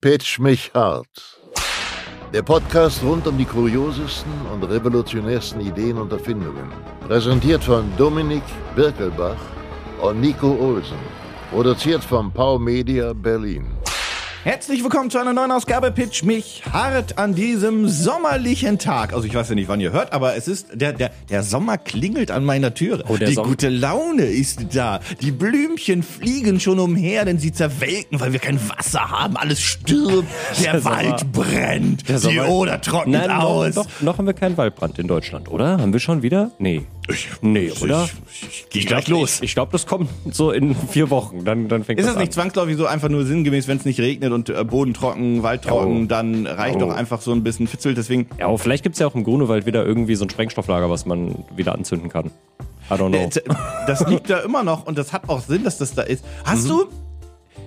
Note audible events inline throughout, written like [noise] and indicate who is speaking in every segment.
Speaker 1: Pitch mich hart. Der Podcast rund um die kuriosesten und revolutionärsten Ideen und Erfindungen. Präsentiert von Dominik Birkelbach und Nico Olsen. Produziert von Pau Media Berlin.
Speaker 2: Herzlich willkommen zu einer neuen Ausgabe Pitch mich hart an diesem sommerlichen Tag. Also ich weiß ja nicht, wann ihr hört, aber es ist der der der Sommer klingelt an meiner Türe.
Speaker 3: Oh, der
Speaker 2: die
Speaker 3: Sommer-
Speaker 2: gute Laune ist da. Die Blümchen fliegen schon umher, denn sie zerwelken, weil wir kein Wasser haben. Alles
Speaker 3: [laughs]
Speaker 2: stirbt. Der,
Speaker 3: Der Sommer-
Speaker 2: Wald brennt.
Speaker 3: Der
Speaker 2: die
Speaker 3: Sommer-
Speaker 2: Oder trocknet
Speaker 3: Nein,
Speaker 2: aus.
Speaker 3: Doch, doch, noch haben wir keinen Waldbrand in Deutschland, oder? Haben wir schon wieder? Nee. nee, oder?
Speaker 2: Ich, ich, ich geh gleich los.
Speaker 3: Ich, ich glaube, das kommt so in vier Wochen. Dann, dann fängt
Speaker 2: Ist
Speaker 3: das
Speaker 2: das nicht
Speaker 3: an.
Speaker 2: zwangsläufig so einfach nur sinngemäß, wenn es nicht regnet und äh, Boden trocken, Wald trocken,
Speaker 3: Oh.
Speaker 2: dann reicht
Speaker 3: Oh.
Speaker 2: doch einfach so ein bisschen Fitzel. Deswegen
Speaker 3: Ja, aber vielleicht gibt's ja auch im Grunewald wieder irgendwie so ein Sprengstofflager, was man wieder anzünden kann. I don't know.
Speaker 2: Äh, Das liegt da immer noch und das hat auch Sinn, dass das da ist. Hast du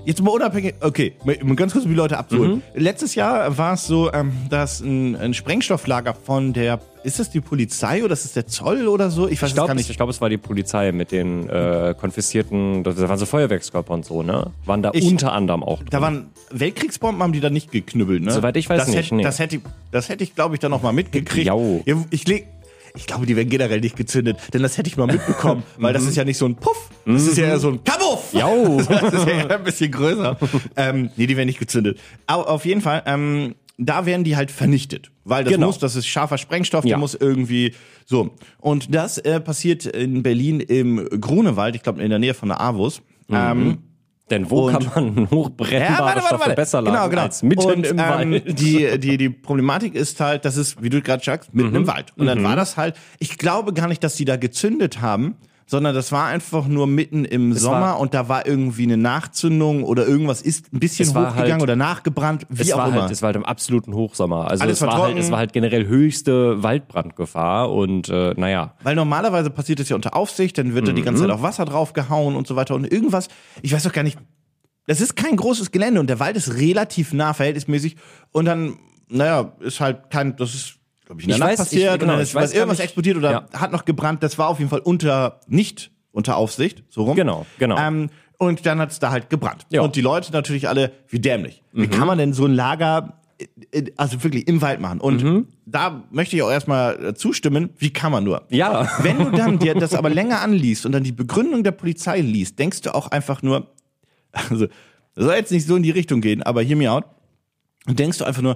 Speaker 2: jetzt mal unabhängig, okay, mal ganz kurz um die Leute abzuholen. Letztes Jahr war es so, ähm, dass ein, ein Sprengstofflager von der, ist das die Polizei oder ist das der Zoll oder so? Ich weiß
Speaker 3: Ich glaube,
Speaker 2: es gar
Speaker 3: es,
Speaker 2: nicht.
Speaker 3: ich glaub, es war die Polizei mit den äh, konfiszierten, das waren so Feuerwerkskörper und so, ne? Waren da
Speaker 2: Ich-
Speaker 3: unter anderem auch drin.
Speaker 2: Da waren Weltkriegsbomben, haben die da nicht geknüppelt, ne?
Speaker 3: Soweit ich weiß
Speaker 2: das
Speaker 3: nicht,
Speaker 2: Hätte,
Speaker 3: nee.
Speaker 2: Das hätte, das hätte ich, glaube ich, dann noch mal mitgekriegt.
Speaker 3: Jau.
Speaker 2: Ja, ich leg, ich glaube, die werden generell nicht gezündet, denn das hätte ich mal
Speaker 3: [laughs]
Speaker 2: mitbekommen, weil das ist ja nicht so ein Puff, das ist ja eher so ein Kabuff.
Speaker 3: Mhm. Jau.
Speaker 2: [laughs] Das ist ja eher ein bisschen größer. ähm, nee, die werden nicht gezündet. Aber auf jeden Fall, ähm, da werden die halt vernichtet. Weil das
Speaker 3: Genau.
Speaker 2: muss, das ist scharfer Sprengstoff, der
Speaker 3: Ja.
Speaker 2: muss irgendwie so. Und das äh, passiert in Berlin im Grunewald, ich glaube in der Nähe von der Avus.
Speaker 3: Mhm.
Speaker 2: Ähm,
Speaker 3: Denn wo
Speaker 2: Und-
Speaker 3: kann man [laughs] hochbrennbare Stoffe besser laden
Speaker 2: Genau, genau.
Speaker 3: als mitten
Speaker 2: und,
Speaker 3: im
Speaker 2: ähm,
Speaker 3: Wald?
Speaker 2: Die, die, die Problematik ist halt, das ist, wie du gerade sagst, mitten
Speaker 3: Mhm.
Speaker 2: im Wald. Und dann war das halt, ich glaube gar nicht, dass die da gezündet haben, sondern das war einfach nur mitten im Sommer
Speaker 3: war-
Speaker 2: und da war irgendwie eine Nachzündung oder irgendwas ist ein bisschen
Speaker 3: Es war
Speaker 2: hochgegangen
Speaker 3: halt-
Speaker 2: oder nachgebrannt, wie
Speaker 3: es
Speaker 2: auch
Speaker 3: war
Speaker 2: immer.
Speaker 3: Halt, es war halt im absoluten Hochsommer. Also
Speaker 2: Alles
Speaker 3: es
Speaker 2: war
Speaker 3: war, halt,
Speaker 2: trocken.
Speaker 3: es war halt generell höchste Waldbrandgefahr und äh, naja.
Speaker 2: Weil normalerweise passiert das ja unter Aufsicht, dann wird da die
Speaker 3: Mhm.
Speaker 2: ganze Zeit auch Wasser draufgehauen und so weiter und irgendwas, ich weiß doch gar nicht, das ist kein großes Gelände und der Wald ist relativ nah verhältnismäßig und dann, naja, ist halt kein, das ist, glaube ich, in der
Speaker 3: Ich
Speaker 2: Nacht
Speaker 3: weiß-
Speaker 2: passiert
Speaker 3: ich-
Speaker 2: und
Speaker 3: genau,
Speaker 2: dann
Speaker 3: ich
Speaker 2: ist
Speaker 3: weiß
Speaker 2: was,
Speaker 3: gar
Speaker 2: irgendwas
Speaker 3: nicht.
Speaker 2: explodiert oder
Speaker 3: Ja.
Speaker 2: hat noch gebrannt, das war auf jeden Fall unter, nicht unter Aufsicht, so rum.
Speaker 3: Genau, genau.
Speaker 2: Ähm, und dann hat's da halt gebrannt.
Speaker 3: Ja. Mhm.
Speaker 2: Und die Leute natürlich alle, wie dämlich. Wie kann man denn so ein Lager, äh, äh, also wirklich im Wald machen? Und
Speaker 3: Mhm.
Speaker 2: da möchte ich auch erstmal äh, zustimmen, wie kann man nur?
Speaker 3: Ja.
Speaker 2: Wenn du dann dir das aber länger anliest und dann die Begründung der Polizei liest, denkst du auch einfach nur, also das soll jetzt nicht so in die Richtung gehen, aber hear me out, und denkst du einfach nur,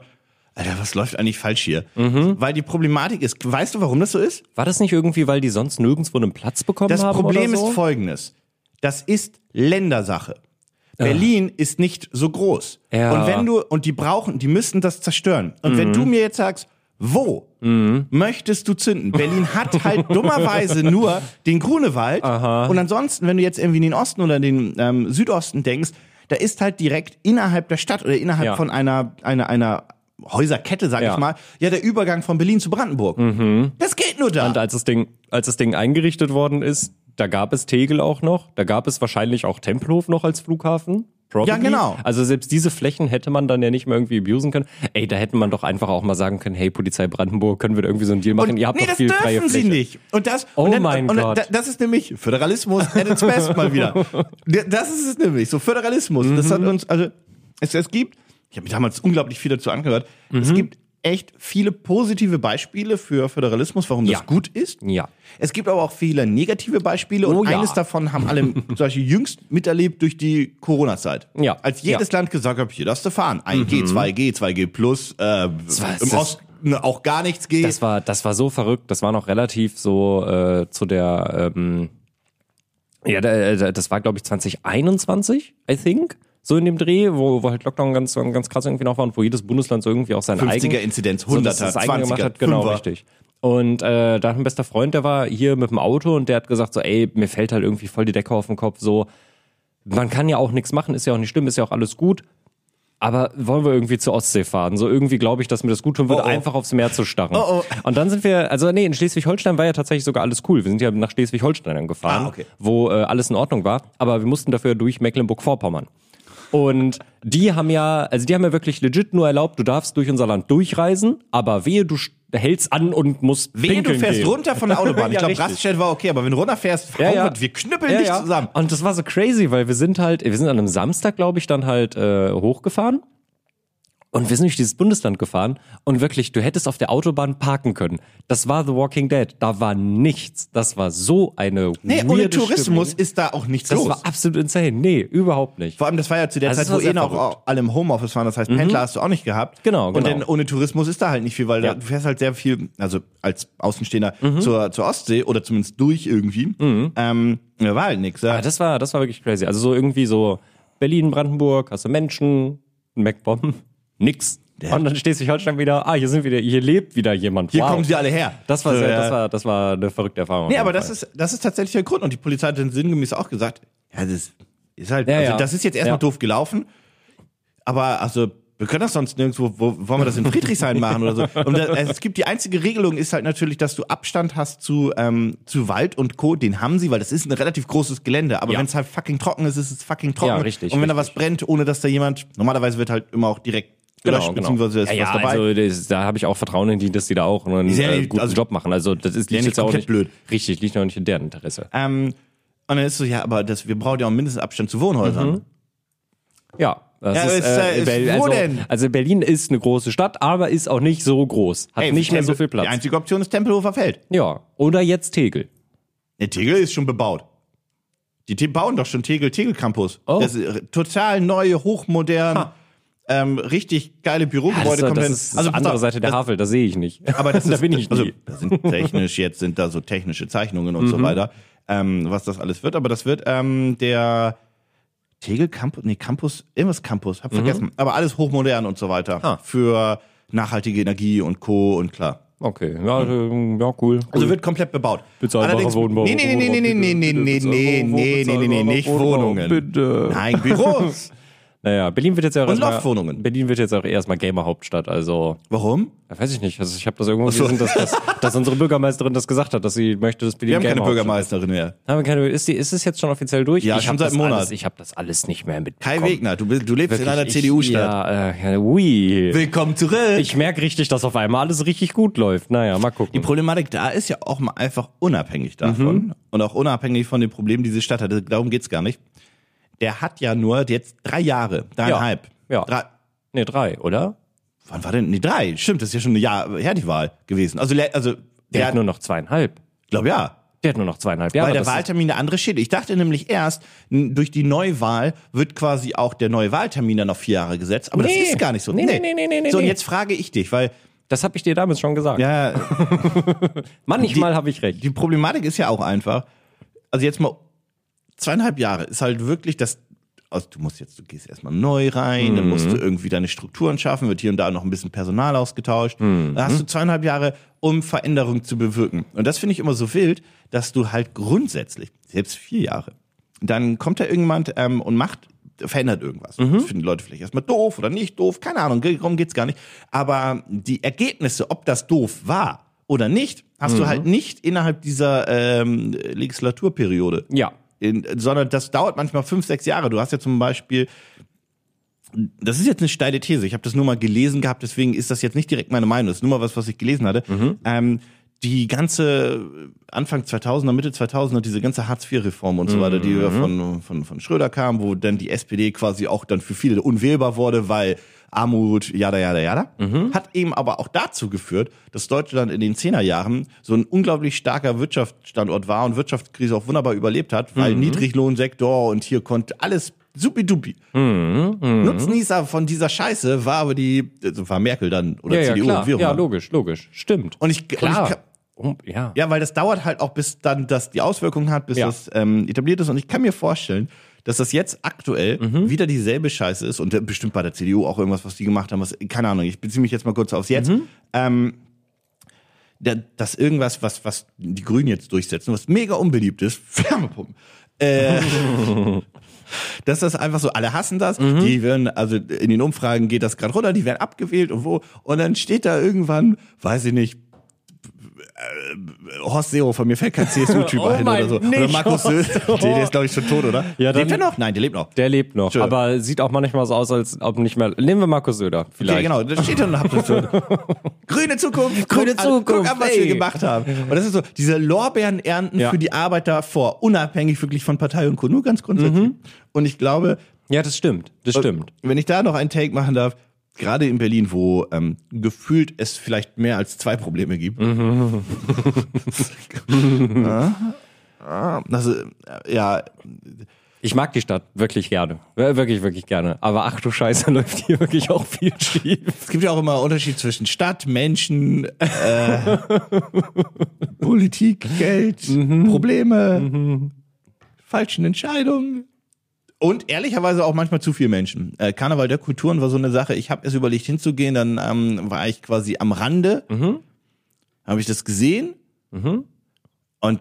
Speaker 2: Alter, was läuft eigentlich falsch hier? Weil die Problematik ist, weißt du, warum das so ist?
Speaker 3: [laughs] War das nicht irgendwie, weil die sonst nirgendwo einen Platz bekommen
Speaker 2: Das
Speaker 3: haben?
Speaker 2: Problem
Speaker 3: oder so?
Speaker 2: ist folgendes. Das ist Ländersache. Berlin ist nicht so groß.
Speaker 3: Ja. Mhm.
Speaker 2: Und wenn du, und die brauchen, die müssen das zerstören. Und wenn du mir jetzt sagst, wo möchtest du zünden? Berlin hat
Speaker 3: [laughs]
Speaker 2: halt dummerweise nur den Grunewald. Und ansonsten, wenn du jetzt irgendwie in den Osten oder den ähm, Südosten denkst, da ist halt direkt innerhalb der Stadt oder innerhalb
Speaker 3: Ja.
Speaker 2: von einer, einer, einer Häuserkette, sag
Speaker 3: Ja. Mhm.
Speaker 2: ich mal, ja, der Übergang von Berlin zu Brandenburg. Das geht nur da.
Speaker 3: Und als das Ding, als das Ding eingerichtet worden ist, da gab es Tegel auch noch, da gab es wahrscheinlich auch Tempelhof noch als Flughafen. Probably.
Speaker 2: Ja, genau.
Speaker 3: Also selbst diese Flächen hätte man dann ja nicht mehr irgendwie abusen können. Ey, da hätte man doch einfach auch mal sagen können, hey Polizei Brandenburg, können wir da irgendwie so einen Deal machen? Ihr habt
Speaker 2: nee,
Speaker 3: doch
Speaker 2: das
Speaker 3: viel
Speaker 2: dürfen
Speaker 3: freie Fläche.
Speaker 2: sie nicht. Und das,
Speaker 3: Oh
Speaker 2: und dann,
Speaker 3: mein
Speaker 2: und
Speaker 3: Gott.
Speaker 2: da- Das ist nämlich Föderalismus at its best mal
Speaker 3: [laughs]
Speaker 2: wieder. Das ist es nämlich, so Föderalismus. Das
Speaker 3: Mhm.
Speaker 2: hat uns, also es, es gibt, ich habe mir damals unglaublich viel dazu angehört, es
Speaker 3: Mhm.
Speaker 2: gibt echt viele positive Beispiele für Föderalismus, warum
Speaker 3: Ja.
Speaker 2: das gut ist.
Speaker 3: Ja.
Speaker 2: Es gibt aber auch viele negative Beispiele
Speaker 3: Oh
Speaker 2: und
Speaker 3: ja.
Speaker 2: eines davon haben alle
Speaker 3: [laughs]
Speaker 2: zum Beispiel jüngst miterlebt durch die Corona-Zeit.
Speaker 3: Ja.
Speaker 2: Als jedes Land gesagt hat, hier darfst du fahren. 1G, 2G, 2G plus, äh,
Speaker 3: war-
Speaker 2: im
Speaker 3: das-
Speaker 2: Osten auch gar nichts geht.
Speaker 3: Das war, das war so verrückt. Das war noch relativ so äh, zu der, ähm, ja, da- da- das war glaube ich 2021, I think, so in dem Dreh, wo, wo halt Lockdown ganz, ganz krass irgendwie noch war und wo jedes Bundesland so irgendwie auch sein
Speaker 2: 50er
Speaker 3: eigenes
Speaker 2: Inzidenz,
Speaker 3: so, dass
Speaker 2: 100er,
Speaker 3: das eigene
Speaker 2: 20er,
Speaker 3: gemacht hat. Genau,
Speaker 2: 5er.
Speaker 3: richtig. Und äh, da hat ein bester Freund, der war hier mit dem Auto und der hat gesagt so, ey, mir fällt halt irgendwie voll die Decke auf den Kopf, so, man kann ja auch nichts machen, ist ja auch nicht schlimm, ist ja auch alles gut. Aber wollen wir irgendwie zur Ostsee fahren? So irgendwie glaube ich, dass mir das gut tun würde,
Speaker 2: Oh, oh.
Speaker 3: einfach aufs Meer zu starren.
Speaker 2: Oh, oh.
Speaker 3: Und dann sind wir, also nee, in Schleswig-Holstein war ja tatsächlich sogar alles cool. Wir sind ja nach Schleswig-Holstein dann gefahren,
Speaker 2: Ah, okay.
Speaker 3: wo äh, alles in Ordnung war. Aber wir mussten dafür durch Mecklenburg-Vorpommern. Und die haben ja, also die haben ja wirklich legit nur erlaubt, du darfst durch unser Land durchreisen, aber wehe, du st- hältst an und musst
Speaker 2: Wehe, du
Speaker 3: pinkeln
Speaker 2: fährst
Speaker 3: gehen.
Speaker 2: runter von der Autobahn. Ich
Speaker 3: Ja,
Speaker 2: glaube,
Speaker 3: richtig.
Speaker 2: Raststätte war okay, aber wenn du runterfährst,
Speaker 3: Ja,
Speaker 2: oh,
Speaker 3: ja.
Speaker 2: wir knüppeln
Speaker 3: Ja,
Speaker 2: dich
Speaker 3: ja.
Speaker 2: zusammen.
Speaker 3: Und das war so crazy, weil wir sind halt, wir sind an einem Samstag, glaube ich, dann halt äh, hochgefahren. Und wir sind durch dieses Bundesland gefahren und wirklich, du hättest auf der Autobahn parken können. Das war The Walking Dead. Da war nichts. Das war so eine
Speaker 2: Nee,
Speaker 3: weirde
Speaker 2: ohne Tourismus
Speaker 3: Stimmung.
Speaker 2: ist da auch nichts
Speaker 3: Das
Speaker 2: los.
Speaker 3: war absolut insane. Nee, überhaupt nicht.
Speaker 2: Vor allem, das war ja zu der
Speaker 3: Also es
Speaker 2: Zeit, wo
Speaker 3: war
Speaker 2: eh
Speaker 3: sehr
Speaker 2: noch
Speaker 3: verrückt. Mhm.
Speaker 2: alle im Homeoffice waren. Das heißt, Pendler hast du auch nicht gehabt.
Speaker 3: Genau,
Speaker 2: Und
Speaker 3: genau.
Speaker 2: dann ohne Tourismus ist da halt nicht viel, weil da,
Speaker 3: Ja. Mhm.
Speaker 2: du fährst halt sehr viel, also als Außenstehender zur, zur Ostsee oder zumindest durch irgendwie. Ähm, da war halt nichts. Ja.
Speaker 3: Ja, Mhm. Ah, das war, das war wirklich crazy. Also so irgendwie so Berlin, Brandenburg, hast du Menschen, ein MacBomb, [laughs] nix. Und dann Schleswig-Holstein wieder, ah, hier sind wieder, hier lebt wieder jemand.
Speaker 2: Hier
Speaker 3: wow.
Speaker 2: kommen sie alle her.
Speaker 3: Das war,
Speaker 2: So,
Speaker 3: sehr,
Speaker 2: ja.
Speaker 3: das war, das war eine verrückte Erfahrung.
Speaker 2: Nee, aber das ist, das ist tatsächlich der Grund. Und die Polizei hat dann sinngemäß auch gesagt, ja, das ist halt,
Speaker 3: Ja,
Speaker 2: also
Speaker 3: ja.
Speaker 2: das ist jetzt erstmal
Speaker 3: Ja.
Speaker 2: doof gelaufen. Aber also, wir können das sonst nirgendwo, wo, wollen wir das in
Speaker 3: [laughs]
Speaker 2: Friedrichshain machen oder so? Und da, also, es gibt die einzige Regelung ist halt natürlich, dass du Abstand hast zu, ähm, zu Wald und Co. Den haben sie, weil das ist ein relativ großes Gelände. Aber
Speaker 3: Ja.
Speaker 2: wenn es halt fucking trocken ist, ist es fucking trocken.
Speaker 3: Ja, richtig,
Speaker 2: Und wenn da was brennt, ohne dass da jemand, normalerweise wird halt immer auch direkt gelöscht, beziehungsweise ist
Speaker 3: Genau, ja, ja,
Speaker 2: was dabei.
Speaker 3: Also, das, da habe ich auch Vertrauen in die, dass die da auch einen
Speaker 2: sind ja
Speaker 3: äh,
Speaker 2: nicht-
Speaker 3: guten
Speaker 2: also-
Speaker 3: Job machen. Also das ist,
Speaker 2: ja nicht
Speaker 3: liegt jetzt auch
Speaker 2: komplett
Speaker 3: nicht
Speaker 2: blöd.
Speaker 3: Richtig, liegt noch nicht in deren Interesse.
Speaker 2: ähm, und dann ist so, ja, aber das, wir brauchen ja auch einen Mindestabstand zu Wohnhäusern.
Speaker 3: Mhm. Ja. Das
Speaker 2: Ja,
Speaker 3: ist,
Speaker 2: ist, äh,
Speaker 3: äh,
Speaker 2: ist-
Speaker 3: Berlin-
Speaker 2: wo
Speaker 3: also,
Speaker 2: denn?
Speaker 3: also Berlin ist eine große Stadt, aber ist auch nicht so groß. Hat
Speaker 2: Ey,
Speaker 3: nicht mehr so
Speaker 2: Tempel-
Speaker 3: viel
Speaker 2: Die
Speaker 3: Platz.
Speaker 2: einzige Option ist Tempelhofer Feld.
Speaker 3: Ja. Oder jetzt Tegel.
Speaker 2: Der Tegel ist schon bebaut. Die Te- bauen doch schon Tegel, Tegel Campus.
Speaker 3: Oh.
Speaker 2: Das ist äh, total neu, hochmodern, ähm, richtig geile
Speaker 3: Ja, das,
Speaker 2: Bürogebäude.
Speaker 3: ist-
Speaker 2: kommt
Speaker 3: das
Speaker 2: hin.
Speaker 3: ist also
Speaker 2: pass
Speaker 3: andere
Speaker 2: auf,
Speaker 3: Seite der
Speaker 2: das-
Speaker 3: Havel, da sehe ich nicht.
Speaker 2: Aber [laughs] das
Speaker 3: [laughs] da
Speaker 2: ist,
Speaker 3: bin ich
Speaker 2: also,
Speaker 3: nie. Mhm.
Speaker 2: das sind technisch jetzt sind da so technische Zeichnungen und so weiter, ähm, was das alles wird. Aber das wird ähm, der Tegel Campus, nee Campus, irgendwas Campus,
Speaker 3: Mhm.
Speaker 2: hab vergessen. Aber alles hochmodern und so weiter
Speaker 3: Ah.
Speaker 2: für nachhaltige Energie und Co. und klar.
Speaker 3: Okay, ja, äh, ja cool.
Speaker 2: Also wird komplett bebaut.
Speaker 3: Bezahlbarer Wohnbau.
Speaker 2: Nee, nee, nee, nee, nee, nee, nee, nee, nee, nee, nee, nee, nee, nicht Wohnungen.
Speaker 3: Bitte.
Speaker 2: Nein,
Speaker 3: [laughs]
Speaker 2: Büros.
Speaker 3: Naja, Berlin wird jetzt ja auch
Speaker 2: Und
Speaker 3: erstmal-
Speaker 2: Loftwohnungen.
Speaker 3: Berlin wird jetzt auch erstmal Gamer-Hauptstadt. Also,
Speaker 2: Warum?
Speaker 3: ja, weiß ich nicht. Also ich habe das irgendwo gelesen, dass, dass, dass unsere Bürgermeisterin das gesagt hat, dass sie möchte, dass Berlin
Speaker 2: Wir haben keine
Speaker 3: Gamer-Hauptstadt-
Speaker 2: Bürgermeisterin mehr.
Speaker 3: Haben wir keine. Ist, die, ist es jetzt schon offiziell durch?
Speaker 2: Ja,
Speaker 3: ich
Speaker 2: schon
Speaker 3: hab
Speaker 2: seit
Speaker 3: das
Speaker 2: einem Monat.
Speaker 3: Alles, ich habe das alles nicht mehr
Speaker 2: Kai
Speaker 3: mitbekommen.
Speaker 2: Wegner, du, bist- du lebst in
Speaker 3: Wirklich,
Speaker 2: einer
Speaker 3: ich-
Speaker 2: CDU-Stadt.
Speaker 3: Ja, äh, ui.
Speaker 2: Willkommen zurück.
Speaker 3: Ich merke richtig, dass auf einmal alles richtig gut läuft. Naja, mal gucken.
Speaker 2: die Problematik da ist ja auch mal einfach
Speaker 3: Mhm.
Speaker 2: unabhängig davon und auch unabhängig von den Problemen, die diese Stadt hatte. Darum geht's gar nicht. Der hat ja nur jetzt drei Jahre, dreieinhalb.
Speaker 3: Ja.
Speaker 2: Drei,
Speaker 3: ne, drei, oder?
Speaker 2: wann war denn? Nee, drei. Stimmt, das ist ja schon ein Jahr her die Wahl gewesen. Also, le- also
Speaker 3: Der
Speaker 2: der,
Speaker 3: hat nur noch zweieinhalb.
Speaker 2: glaub ja.
Speaker 3: Der hat nur noch zweieinhalb Jahre.
Speaker 2: weil der
Speaker 3: das ist-
Speaker 2: Wahltermin eine andere steht. Ich dachte nämlich erst, n- durch die Neuwahl wird quasi auch der neue Wahltermin dann auf vier Jahre gesetzt. Aber
Speaker 3: Nee.
Speaker 2: das ist gar nicht so.
Speaker 3: Nee, nee, nee, nee, nee,
Speaker 2: So, und
Speaker 3: nee.
Speaker 2: jetzt frage ich dich, weil
Speaker 3: Das habe ich dir damals schon gesagt.
Speaker 2: ja,
Speaker 3: Manchmal habe ich recht.
Speaker 2: die Problematik ist ja auch einfach. Also jetzt mal zweieinhalb Jahre ist halt wirklich das. Also du musst jetzt, du gehst erstmal neu rein, dann musst du irgendwie deine Strukturen schaffen, wird hier und da noch ein bisschen Personal ausgetauscht. Da hast du zweieinhalb Jahre, um Veränderung zu bewirken. Und das finde ich immer so wild, dass du halt grundsätzlich, selbst vier Jahre, dann kommt da irgendjemand ähm, und macht, verändert irgendwas. Das finden die Leute vielleicht erstmal doof oder nicht doof, keine Ahnung, darum geht's gar nicht. Aber die Ergebnisse, ob das doof war oder nicht, hast du halt nicht innerhalb dieser ähm, Legislaturperiode.
Speaker 3: Ja.
Speaker 2: In, sondern das dauert manchmal fünf, sechs Jahre. Du hast ja zum Beispiel, das ist jetzt eine steile These, ich habe das nur mal gelesen gehabt, deswegen ist das jetzt nicht direkt meine Meinung, das ist nur mal was, was ich gelesen hatte. Ähm, die ganze äh, Anfang 2000er, Mitte 2000er, diese ganze Hartz-IV-Reform und so weiter, die ja von, von, von Schröder kam, wo dann die SPD quasi auch dann für viele unwählbar wurde, weil Armut, jada, jada, jada, hat eben aber auch dazu geführt, dass Deutschland in den 10er Jahren so ein unglaublich starker Wirtschaftsstandort war und Wirtschaftskrise auch wunderbar überlebt hat, weil Niedriglohnsektor und hier konnte alles supidupi.
Speaker 3: Mhm.
Speaker 2: Nutznießer von dieser Scheiße war aber die, also war Merkel dann oder
Speaker 3: Ja, ja,
Speaker 2: CDU
Speaker 3: klar.
Speaker 2: und wie auch
Speaker 3: Ja,
Speaker 2: immer.
Speaker 3: logisch, logisch. Stimmt.
Speaker 2: Und ich, Und
Speaker 3: klar.
Speaker 2: ich kann-
Speaker 3: Um- ja.
Speaker 2: ja, weil das dauert halt auch, bis dann das die Auswirkungen hat, bis
Speaker 3: Ja.
Speaker 2: das ähm, etabliert ist. Und ich kann mir vorstellen, dass das jetzt aktuell
Speaker 3: Mhm.
Speaker 2: wieder dieselbe Scheiße ist und äh, bestimmt bei der CDU auch irgendwas, was die gemacht haben, was, keine Ahnung, ich beziehe mich jetzt mal kurz aufs Jetzt.
Speaker 3: Mhm.
Speaker 2: Ähm, da- dass irgendwas, was, was die Grünen jetzt durchsetzen, was mega unbeliebt ist, [laughs] Wärmepumpen. Äh, dass das einfach so, alle hassen das,
Speaker 3: Mhm.
Speaker 2: die werden, also in den Umfragen geht das gerade runter, die werden abgewählt und wo, und dann steht da irgendwann, weiß ich nicht, äh, Horst Seehofer, mir fällt kein CSU-Typ
Speaker 3: [laughs] Oh
Speaker 2: ein oder
Speaker 3: mein,
Speaker 2: so.
Speaker 3: nicht
Speaker 2: oder Markus
Speaker 3: Horst
Speaker 2: Söder, der, der ist glaube ich schon tot, oder?
Speaker 3: Ja, dann-
Speaker 2: lebt er noch? Nein, der lebt noch.
Speaker 3: Der lebt noch,
Speaker 2: Tschö.
Speaker 3: aber sieht auch manchmal so aus, als ob nicht mehr. Nehmen wir Markus Söder
Speaker 2: Ja,
Speaker 3: vielleicht.
Speaker 2: genau, da steht dann und habt
Speaker 3: [laughs]
Speaker 2: das schon. Grüne Zukunft,
Speaker 3: Grüne
Speaker 2: guck an, guck an,
Speaker 3: Zukunft,
Speaker 2: was wir
Speaker 3: ey.
Speaker 2: gemacht haben. Und das ist so, diese Lorbeeren ernten
Speaker 3: Ja.
Speaker 2: für die Arbeiter vor, unabhängig wirklich von Partei und Co.,
Speaker 3: Mhm.
Speaker 2: nur ganz grundsätzlich. Und ich glaube, Äh,
Speaker 3: Ja, das stimmt. Das stimmt.
Speaker 2: wenn ich da noch einen Take machen darf, gerade in Berlin, wo ähm, gefühlt es vielleicht mehr als zwei Probleme gibt. [laughs] ja, also, äh, ja,
Speaker 3: Ich mag die Stadt wirklich gerne. Äh, Wirklich, wirklich gerne. Aber ach du Scheiße, [laughs] läuft hier wirklich auch viel schief.
Speaker 2: es gibt ja auch immer Unterschied zwischen Stadt, Menschen, äh, Politik, Geld, Probleme, falschen Entscheidungen. Mhm. Und ehrlicherweise auch manchmal zu viel Menschen. Äh, Karneval der Kulturen war so eine Sache. Ich habe erst überlegt hinzugehen, dann ähm, war ich quasi am Rande. Habe ich das gesehen. Und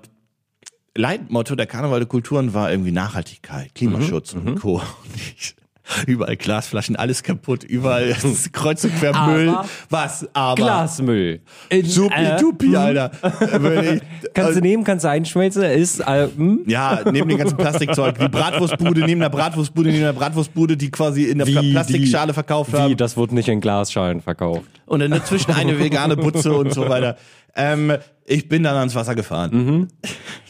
Speaker 2: Leitmotto der Karneval der Kulturen war irgendwie Nachhaltigkeit, Klimaschutz und Co. Und ich, [laughs] überall Glasflaschen, alles kaputt, überall [laughs] kreuz und quer
Speaker 3: Aber-
Speaker 2: Müll. Was? Aber.
Speaker 3: Glasmüll. In,
Speaker 2: Supi-dupi,
Speaker 3: äh,
Speaker 2: Alter. Äh, Würde ich-
Speaker 3: [laughs]
Speaker 2: also,
Speaker 3: Kannst du nehmen, kannst du einschmelzen, ist, äh, hm?
Speaker 2: Ja, neben dem ganzen Plastikzeug. Die Bratwurstbude, neben der Bratwurstbude, neben der Bratwurstbude, die quasi in der
Speaker 3: Wie
Speaker 2: Pla-
Speaker 3: die-
Speaker 2: Plastikschale verkauft
Speaker 3: Wie,
Speaker 2: haben.
Speaker 3: das wurde nicht in Glasschalen verkauft.
Speaker 2: Und dann dazwischen eine vegane Butze und so weiter. Ähm, ich bin dann ans Wasser
Speaker 3: Mhm.
Speaker 2: gefahren.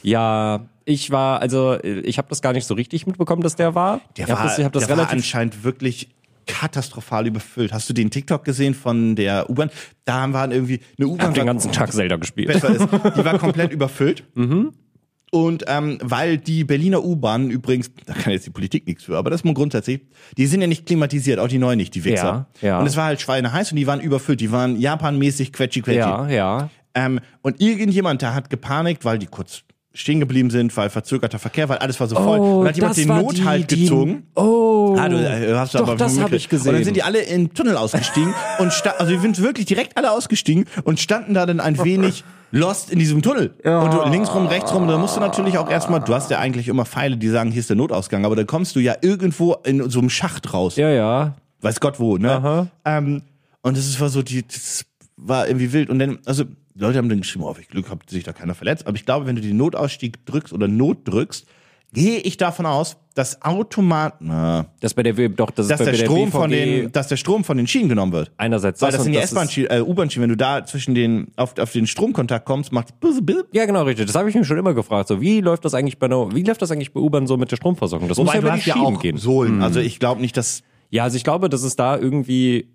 Speaker 3: Ja, ich war, also äh, ich habe das gar nicht so richtig mitbekommen, dass der war. ich habe das, ich hab das
Speaker 2: der war
Speaker 3: relativ
Speaker 2: anscheinend wirklich katastrophal überfüllt. Hast du den TikTok gesehen von der U-Bahn? Da haben wir halt irgendwie eine
Speaker 3: hab
Speaker 2: U-Bahn.
Speaker 3: den
Speaker 2: war-
Speaker 3: ganzen Tag Zelda gespielt.
Speaker 2: besser
Speaker 3: [laughs]
Speaker 2: ist. Die war komplett überfüllt.
Speaker 3: Mhm.
Speaker 2: Und ähm, weil die Berliner U-Bahnen übrigens, da kann jetzt die Politik nichts für, aber das ist mal grundsätzlich, die sind ja nicht klimatisiert, auch die neuen nicht, die Wichser.
Speaker 3: Ja, ja.
Speaker 2: Und es war halt schweineheiß und die waren überfüllt, die waren japanmäßig quetschi quetschi.
Speaker 3: Ja, ja.
Speaker 2: Ähm, und irgendjemand da hat gepanikt, weil die kurz stehen geblieben sind, weil verzögerter Verkehr, weil alles war so voll. und dann hat jemand den Nothalt gezogen.
Speaker 3: oh.
Speaker 2: Ah, du äh, hast du
Speaker 3: Doch,
Speaker 2: aber
Speaker 3: das
Speaker 2: vermutet.
Speaker 3: habe ich gesehen.
Speaker 2: Und dann sind die alle im Tunnel
Speaker 3: [laughs]
Speaker 2: ausgestiegen und sta- also die sind wirklich direkt alle ausgestiegen und standen da dann ein wenig lost in diesem Tunnel. Und du linksrum, rechtsrum, da musst du natürlich auch erstmal, du hast ja eigentlich immer Pfeile, die sagen, hier ist der Notausgang, aber dann kommst du ja irgendwo in so einem Schacht raus.
Speaker 3: ja, ja.
Speaker 2: Weiß Gott wo, ne?
Speaker 3: Aha.
Speaker 2: Ähm, und das ist- war so die das war irgendwie wild und dann also Leute haben dann geschrieben, oh, ich Glück hab sich da keiner verletzt, aber ich glaube, wenn du den Notausstieg drückst oder Not drückst, gehe ich davon aus, dass automat na,
Speaker 3: Das bei der W- doch, das,
Speaker 2: dass
Speaker 3: ist bei
Speaker 2: der,
Speaker 3: bei
Speaker 2: Strom
Speaker 3: BVG
Speaker 2: von den, dass der Strom von den Schienen genommen wird.
Speaker 3: einerseits
Speaker 2: Weil das
Speaker 3: und
Speaker 2: sind ja
Speaker 3: ist-
Speaker 2: S-Bahn-Schienen, äh, U-Bahn-Schienen. Wenn du da zwischen den, auf, auf den Stromkontakt kommst, macht bzz, bzz.
Speaker 3: Ja, genau, richtig. Das habe ich mir schon immer gefragt. So, wie läuft das eigentlich bei einer, wie läuft das eigentlich bei U-Bahn so mit der Stromversorgung? Das muss ja
Speaker 2: du
Speaker 3: über die
Speaker 2: hast ja
Speaker 3: Schienen
Speaker 2: auch
Speaker 3: gehen.
Speaker 2: Sohlen. Also ich glaube nicht, dass
Speaker 3: Ja, also ich glaube, dass es da irgendwie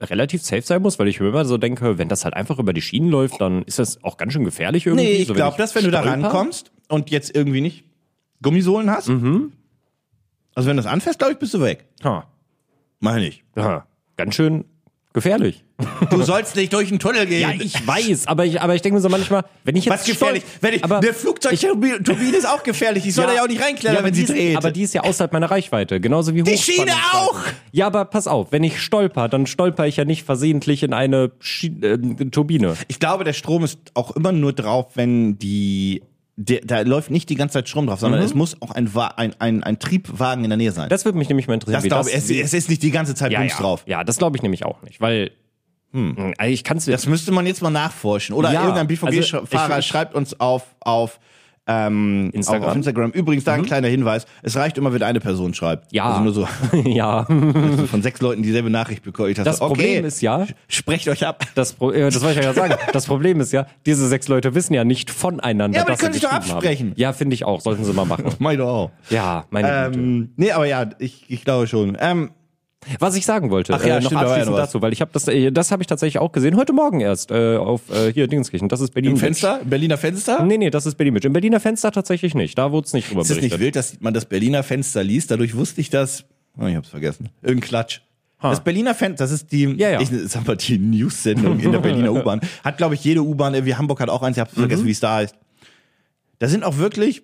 Speaker 3: relativ safe sein muss, weil ich mir immer so denke, wenn das halt einfach über die Schienen läuft, dann ist das auch ganz schön gefährlich irgendwie.
Speaker 2: Nee, ich
Speaker 3: so, wenn
Speaker 2: glaube, dass wenn du da
Speaker 3: stolper.
Speaker 2: rankommst und jetzt irgendwie nicht Gummisohlen hast, also wenn du das anfährst, glaube ich, bist du weg.
Speaker 3: Ha,
Speaker 2: Meine ich.
Speaker 3: ha, ganz schön gefährlich.
Speaker 2: [laughs] Du sollst nicht durch den Tunnel gehen.
Speaker 3: Ja, ich weiß, aber ich, aber ich denke mir so manchmal, wenn ich jetzt
Speaker 2: Was gefährlich?
Speaker 3: stolper-
Speaker 2: Wenn ich,
Speaker 3: aber,
Speaker 2: eine Flugzeugturbine ist auch gefährlich. Ich soll da ja auch nicht reinklettern,
Speaker 3: aber
Speaker 2: wenn sie
Speaker 3: die ist,
Speaker 2: dreht.
Speaker 3: Aber die ist ja außerhalb meiner Reichweite, genauso wie
Speaker 2: Die Schiene
Speaker 3: Hochspannungsleitungen.
Speaker 2: auch!
Speaker 3: Ja, aber pass auf, wenn ich stolper, dann stolper ich ja nicht versehentlich in eine Schi äh, Turbine.
Speaker 2: ich glaube, der Strom ist auch immer nur drauf, wenn die der, da läuft nicht die ganze Zeit Strom drauf, sondern es muss auch ein, Wa- ein, ein, ein Triebwagen in der Nähe sein.
Speaker 3: Mhm. Das würde mich nämlich mal interessieren.
Speaker 2: Das glaube
Speaker 3: wie
Speaker 2: ich, es,
Speaker 3: wie-
Speaker 2: es ist nicht die ganze Zeit
Speaker 3: ja,
Speaker 2: Bums
Speaker 3: ja.
Speaker 2: drauf.
Speaker 3: Ja, das glaube ich nämlich auch nicht, weil hm. also ich kann es
Speaker 2: Das müsste man jetzt mal nachforschen. Oder
Speaker 3: Ja,
Speaker 2: irgendein
Speaker 3: also
Speaker 2: BVG-Fahrer
Speaker 3: ich-
Speaker 2: schreibt uns auf, auf, ähm,
Speaker 3: Instagram. Mhm.
Speaker 2: Auf, auf Instagram. Übrigens, da ein kleiner Hinweis. Es reicht immer, wenn eine Person schreibt.
Speaker 3: Ja.
Speaker 2: Also nur [laughs] so
Speaker 3: ja.
Speaker 2: dass du von sechs Leuten dieselbe Nachricht bekomme. Ich dachte,
Speaker 3: Das Problem
Speaker 2: okay,
Speaker 3: ist ja,
Speaker 2: sprecht euch ab. [laughs]
Speaker 3: das, Pro äh, das wollte ich ja gerade sagen. Das Problem ist ja, diese sechs Leute wissen ja nicht voneinander.
Speaker 2: Ja, aber die
Speaker 3: dass
Speaker 2: können
Speaker 3: sie
Speaker 2: sich doch
Speaker 3: geschrieben
Speaker 2: absprechen.
Speaker 3: Haben. Ja, finde ich auch. Sollten sie mal machen.
Speaker 2: Mach ich doch auch.
Speaker 3: Ja, meine Güte.
Speaker 2: Ähm, nee, aber ja, ich, ich glaube schon. Ähm,
Speaker 3: Was ich sagen wollte,
Speaker 2: Ach ja,
Speaker 3: äh, noch
Speaker 2: stimmt, da war ja
Speaker 3: abschließend
Speaker 2: noch was.
Speaker 3: dazu, weil ich habe das, äh, das habe ich tatsächlich auch gesehen heute Morgen erst äh, auf äh, hier Dingenskirchen. Das ist Berlin.
Speaker 2: Im Fenster? Berliner Fenster?
Speaker 3: Nee, nee, das ist Berlin Mitch. Im Berliner Fenster tatsächlich nicht. Da wurde es nicht drüber
Speaker 2: Ist es
Speaker 3: berichtet.
Speaker 2: nicht wild, dass man das Berliner Fenster liest? Dadurch wusste ich das. Oh, ich hab's vergessen. Irgendein Klatsch. Das Berliner Fenster, das ist die,
Speaker 3: Ja, ja.
Speaker 2: ich sag mal, die News-Sendung in der
Speaker 3: [laughs]
Speaker 2: Berliner U-Bahn. Hat, glaube ich, jede U-Bahn, irgendwie Hamburg hat auch eins, ich hab's
Speaker 3: Mhm.
Speaker 2: vergessen, wie es da heißt. Da sind auch wirklich,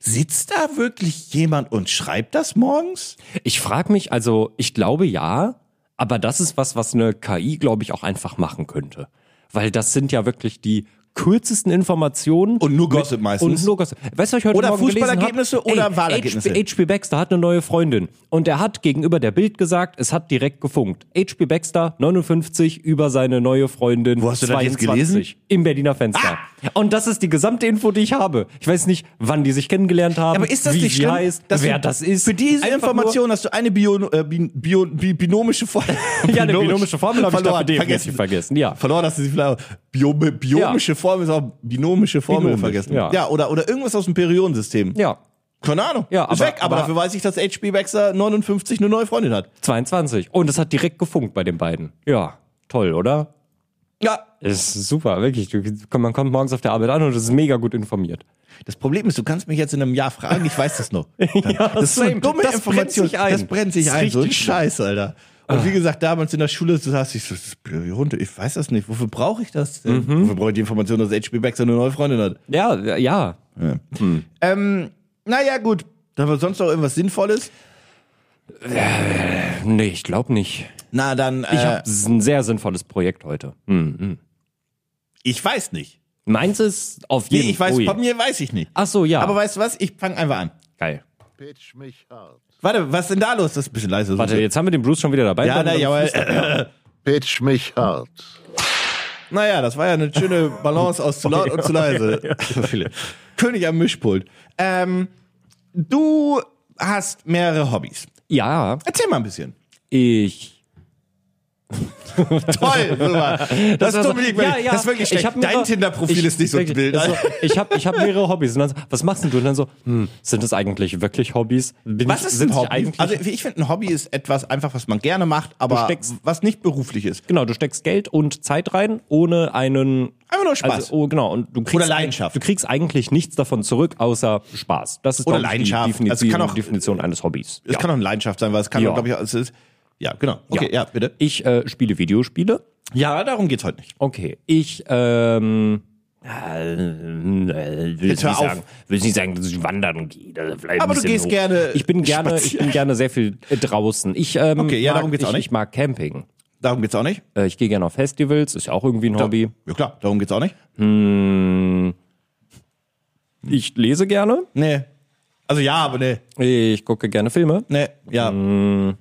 Speaker 2: sitzt da wirklich jemand und schreibt das morgens?
Speaker 3: Ich frage mich, also ich glaube ja, aber das ist was, was eine KI, glaube ich, auch einfach machen könnte. Weil das sind ja wirklich die kürzesten Informationen.
Speaker 2: Und nur Gossip meistens.
Speaker 3: Und nur Gossip. Weißt du, was ich heute
Speaker 2: Oder
Speaker 3: Morgen gelesen hab?
Speaker 2: Fußballergebnisse oder
Speaker 3: Ey,
Speaker 2: Wahlergebnisse.
Speaker 3: HP Baxter hat eine neue Freundin. Und er hat gegenüber der Bild gesagt, es hat direkt gefunkt. HP Baxter, 59, über seine neue Freundin.
Speaker 2: Wo hast du das jetzt
Speaker 3: 22,
Speaker 2: gelesen? Ah!
Speaker 3: Im Berliner Fenster. Und das ist die gesamte Info, die ich habe. Ich weiß nicht, wann die sich kennengelernt haben,
Speaker 2: Aber ist das
Speaker 3: wie
Speaker 2: nicht
Speaker 3: sie
Speaker 2: schlimm,
Speaker 3: heißt,
Speaker 2: dass
Speaker 3: wer
Speaker 2: du
Speaker 3: das ist.
Speaker 2: Für diese
Speaker 3: Einfach nur-
Speaker 2: Information hast du eine bio, äh, bi, bio, bi, binomische Formel.
Speaker 3: [laughs] Ja, eine binomische Formel habe ich dafür
Speaker 2: verloren,
Speaker 3: definitiv
Speaker 2: vergessen.
Speaker 3: vergessen. Ja.
Speaker 2: Verloren hast du sie vielleicht. auch. Bio, bi- biomische Formel ist auch binomische Formel
Speaker 3: Binomisch,
Speaker 2: vergessen.
Speaker 3: ja.
Speaker 2: ja, oder, oder irgendwas aus dem Periodensystem.
Speaker 3: Ja.
Speaker 2: Keine Ahnung.
Speaker 3: Ja,
Speaker 2: ist
Speaker 3: aber-
Speaker 2: weg, aber,
Speaker 3: aber-
Speaker 2: dafür weiß ich, dass HB Baxter 59 eine neue Freundin hat.
Speaker 3: 22. Und es hat direkt gefunkt bei den beiden. Ja, toll, oder?
Speaker 2: Ja,
Speaker 3: Ist super, wirklich. Du, man kommt morgens auf der Arbeit an und ist mega gut [laughs] informiert.
Speaker 2: Das Problem ist, du kannst mich jetzt in einem Jahr fragen, ich weiß das noch. das ist so eine
Speaker 3: same.
Speaker 2: dumme
Speaker 3: Das
Speaker 2: Information.
Speaker 3: brennt sich ein.
Speaker 2: Das brennt sich
Speaker 3: Das ist
Speaker 2: ein. So ein
Speaker 3: richtig
Speaker 2: Scheiß, Alter. Und wie gesagt, damals in der Schule, du hast ich so, das ist blöd wie Hunde, ich weiß das nicht. Wofür brauche ich das? denn? Wofür brauche ich die Information, dass HB Baxter eine neue Freundin hat?
Speaker 3: Ja, ja.
Speaker 2: Ähm, naja, gut. Da war sonst noch irgendwas Sinnvolles?
Speaker 3: Nee, ich glaube nicht.
Speaker 2: Na, dann,
Speaker 3: Ich
Speaker 2: äh,
Speaker 3: habe ein sehr sinnvolles Projekt heute. Hm.
Speaker 2: ich weiß nicht.
Speaker 3: Meins ist auf
Speaker 2: Nee,
Speaker 3: jeden
Speaker 2: ich weiß,
Speaker 3: Ui.
Speaker 2: bei mir weiß ich nicht.
Speaker 3: Ach so, ja.
Speaker 2: Aber weißt du was? Ich fange einfach an.
Speaker 3: Geil.
Speaker 1: Pitch mich hart.
Speaker 2: Warte, was ist denn da los? Das ist ein bisschen leise.
Speaker 3: Warte, jetzt haben wir den Bruce schon wieder dabei.
Speaker 2: Ja,
Speaker 3: Dann-
Speaker 2: na, ja, aber,
Speaker 1: Pitch mich hart.
Speaker 2: Naja, das war ja eine
Speaker 3: [laughs]
Speaker 2: schöne Balance aus zu laut und zu leise. Philipp. König am Mischpult. Ähm, du hast mehrere Hobbys.
Speaker 3: ja,
Speaker 2: Erzähl mal ein bisschen.
Speaker 3: ich [laughs]
Speaker 2: Toll, super. Das, ist Dominik,
Speaker 3: Also, ja, ja,
Speaker 2: das ist wirklich schlecht.
Speaker 3: ich hab
Speaker 2: Dein
Speaker 3: mehrere-
Speaker 2: Tinder-Profil
Speaker 3: ich-
Speaker 2: ist nicht so ein
Speaker 3: wirklich,
Speaker 2: Bild.
Speaker 3: also, ich habe ich hab mehrere Hobbys. Und dann so, was machst denn du? Und dann so, hm, sind das eigentlich wirklich Hobbys? Bin
Speaker 2: was
Speaker 3: ich,
Speaker 2: ist ein
Speaker 3: sind ich
Speaker 2: Hobby?
Speaker 3: Eigentlich,
Speaker 2: Also ich finde, ein Hobby ist etwas einfach, was man gerne macht, aber
Speaker 3: steckst-
Speaker 2: was nicht beruflich ist.
Speaker 3: genau, du steckst Geld und Zeit rein, ohne einen...
Speaker 2: Einfach nur Spaß.
Speaker 3: Also, oh, genau, und du kriegst,
Speaker 2: Oder Leidenschaft.
Speaker 3: Du kriegst eigentlich nichts davon zurück, außer Spaß. Das ist
Speaker 2: Oder
Speaker 3: glaub ich,
Speaker 2: Leidenschaft.
Speaker 3: die Definition,
Speaker 2: Also, kann auch-
Speaker 3: Definition eines Hobbys.
Speaker 2: es kann auch eine Leidenschaft sein, weil es kann,
Speaker 3: Ja.
Speaker 2: glaube ich, es ist. Ja, genau. Okay, ja, bitte.
Speaker 3: Ich äh, spiele Videospiele.
Speaker 2: Ja, darum geht's heute nicht.
Speaker 3: Okay, ich ähm, äh, will
Speaker 2: Jetzt
Speaker 3: jetzt
Speaker 2: hör
Speaker 3: nicht
Speaker 2: auf.
Speaker 3: sagen, will jetzt nicht sagen, dass ich wandern gehe. Das ist vielleicht ein
Speaker 2: Aber du
Speaker 3: bisschen
Speaker 2: gehst gerne
Speaker 3: Ich bin gerne, ich
Speaker 2: spazieren.
Speaker 3: bin gerne sehr viel äh, draußen. Ich ähm,
Speaker 2: Okay, ja,
Speaker 3: mag,
Speaker 2: darum geht's
Speaker 3: ich,
Speaker 2: auch nicht.
Speaker 3: Ich mag Camping.
Speaker 2: Darum geht's auch nicht.
Speaker 3: Äh, ich gehe gerne auf Festivals. Ist ja auch irgendwie ein Hobby.
Speaker 2: Ja klar, darum geht's auch nicht.
Speaker 3: Ich lese gerne.
Speaker 2: Nee. Also ja, aber nee.
Speaker 3: Ich gucke gerne Filme.
Speaker 2: Nee, ja.
Speaker 3: Mhm.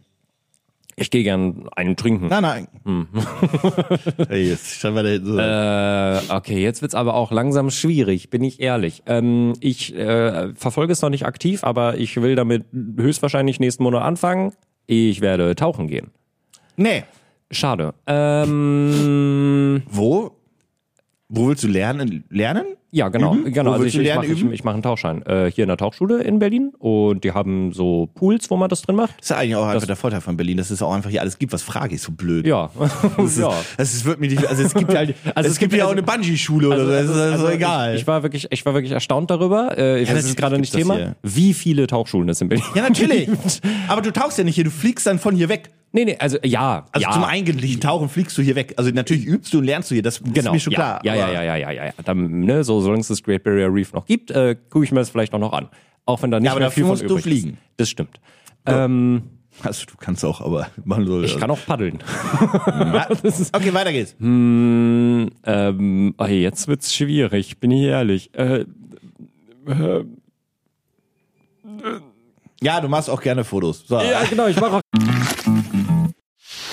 Speaker 3: Ich gehe gerne einen trinken.
Speaker 2: Nein, nein.
Speaker 3: Hm.
Speaker 2: [laughs] hey, jetzt schon wieder so.
Speaker 3: Äh. Okay, jetzt wird's aber auch langsam schwierig, bin ich ehrlich. Ähm, ich äh, verfolge es noch nicht aktiv, aber ich will damit höchstwahrscheinlich nächsten Monat anfangen. Ich werde tauchen gehen.
Speaker 2: nee.
Speaker 3: Schade. Ähm,
Speaker 2: Wo? Wo willst du lernen? Lernen?
Speaker 3: ja, genau.
Speaker 2: Üben?
Speaker 3: genau.
Speaker 2: Wo
Speaker 3: Also
Speaker 2: willst
Speaker 3: ich,
Speaker 2: du
Speaker 3: ich
Speaker 2: lernen
Speaker 3: mache ich,
Speaker 2: üben?
Speaker 3: ich mach einen Tauchschein äh, hier in der Tauchschule in Berlin und die haben so Pools, wo man das drin macht.
Speaker 2: Das ist ja eigentlich auch einfach der Vorteil von Berlin, dass es auch einfach hier alles gibt, was Frage ist, so blöd.
Speaker 3: Ja.
Speaker 2: [laughs] Das,
Speaker 3: [laughs] ja.
Speaker 2: Ist, das ist, wird mir nicht, also es gibt halt, also es,
Speaker 3: es
Speaker 2: gibt
Speaker 3: gibt-
Speaker 2: ja auch
Speaker 3: also-
Speaker 2: eine Bungee-Schule oder so, das ist also egal.
Speaker 3: Ich, ich war wirklich, ich war wirklich erstaunt darüber. Äh, das
Speaker 2: natürlich
Speaker 3: ist gerade
Speaker 2: gibt's
Speaker 3: nicht
Speaker 2: das
Speaker 3: Thema,
Speaker 2: hier.
Speaker 3: wie viele Tauchschulen es in Berlin.
Speaker 2: ja,
Speaker 3: [laughs]
Speaker 2: natürlich. Aber du tauchst ja nicht hier, du fliegst dann von hier weg.
Speaker 3: Nee, nee, also ja.
Speaker 2: Also
Speaker 3: ja.
Speaker 2: zum eigentlichen Tauchen fliegst du hier weg. Also natürlich übst du und lernst du hier, das ist mir schon
Speaker 3: Genau. ja,
Speaker 2: klar.
Speaker 3: Ja, ja,
Speaker 2: aber-
Speaker 3: ja, ja, ja, ja. ja. Dann, ne, so, solange es das Great Barrier Reef noch gibt, äh, gucke ich mir das vielleicht auch noch an. Auch wenn da nicht
Speaker 2: aber
Speaker 3: mehr
Speaker 2: dafür
Speaker 3: viel von
Speaker 2: musst du
Speaker 3: übrig
Speaker 2: fliegen.
Speaker 3: ist. Das stimmt.
Speaker 2: Also du kannst auch, aber man soll.
Speaker 3: Ich kann Hm. auch paddeln.
Speaker 2: [laughs] Ja. Okay, weiter geht's.
Speaker 3: Ähm, oh, jetzt wird's schwierig, bin ich ehrlich. Äh,
Speaker 2: Ja, du machst auch gerne Fotos. So.
Speaker 3: ja, genau, ich mache auch. [laughs]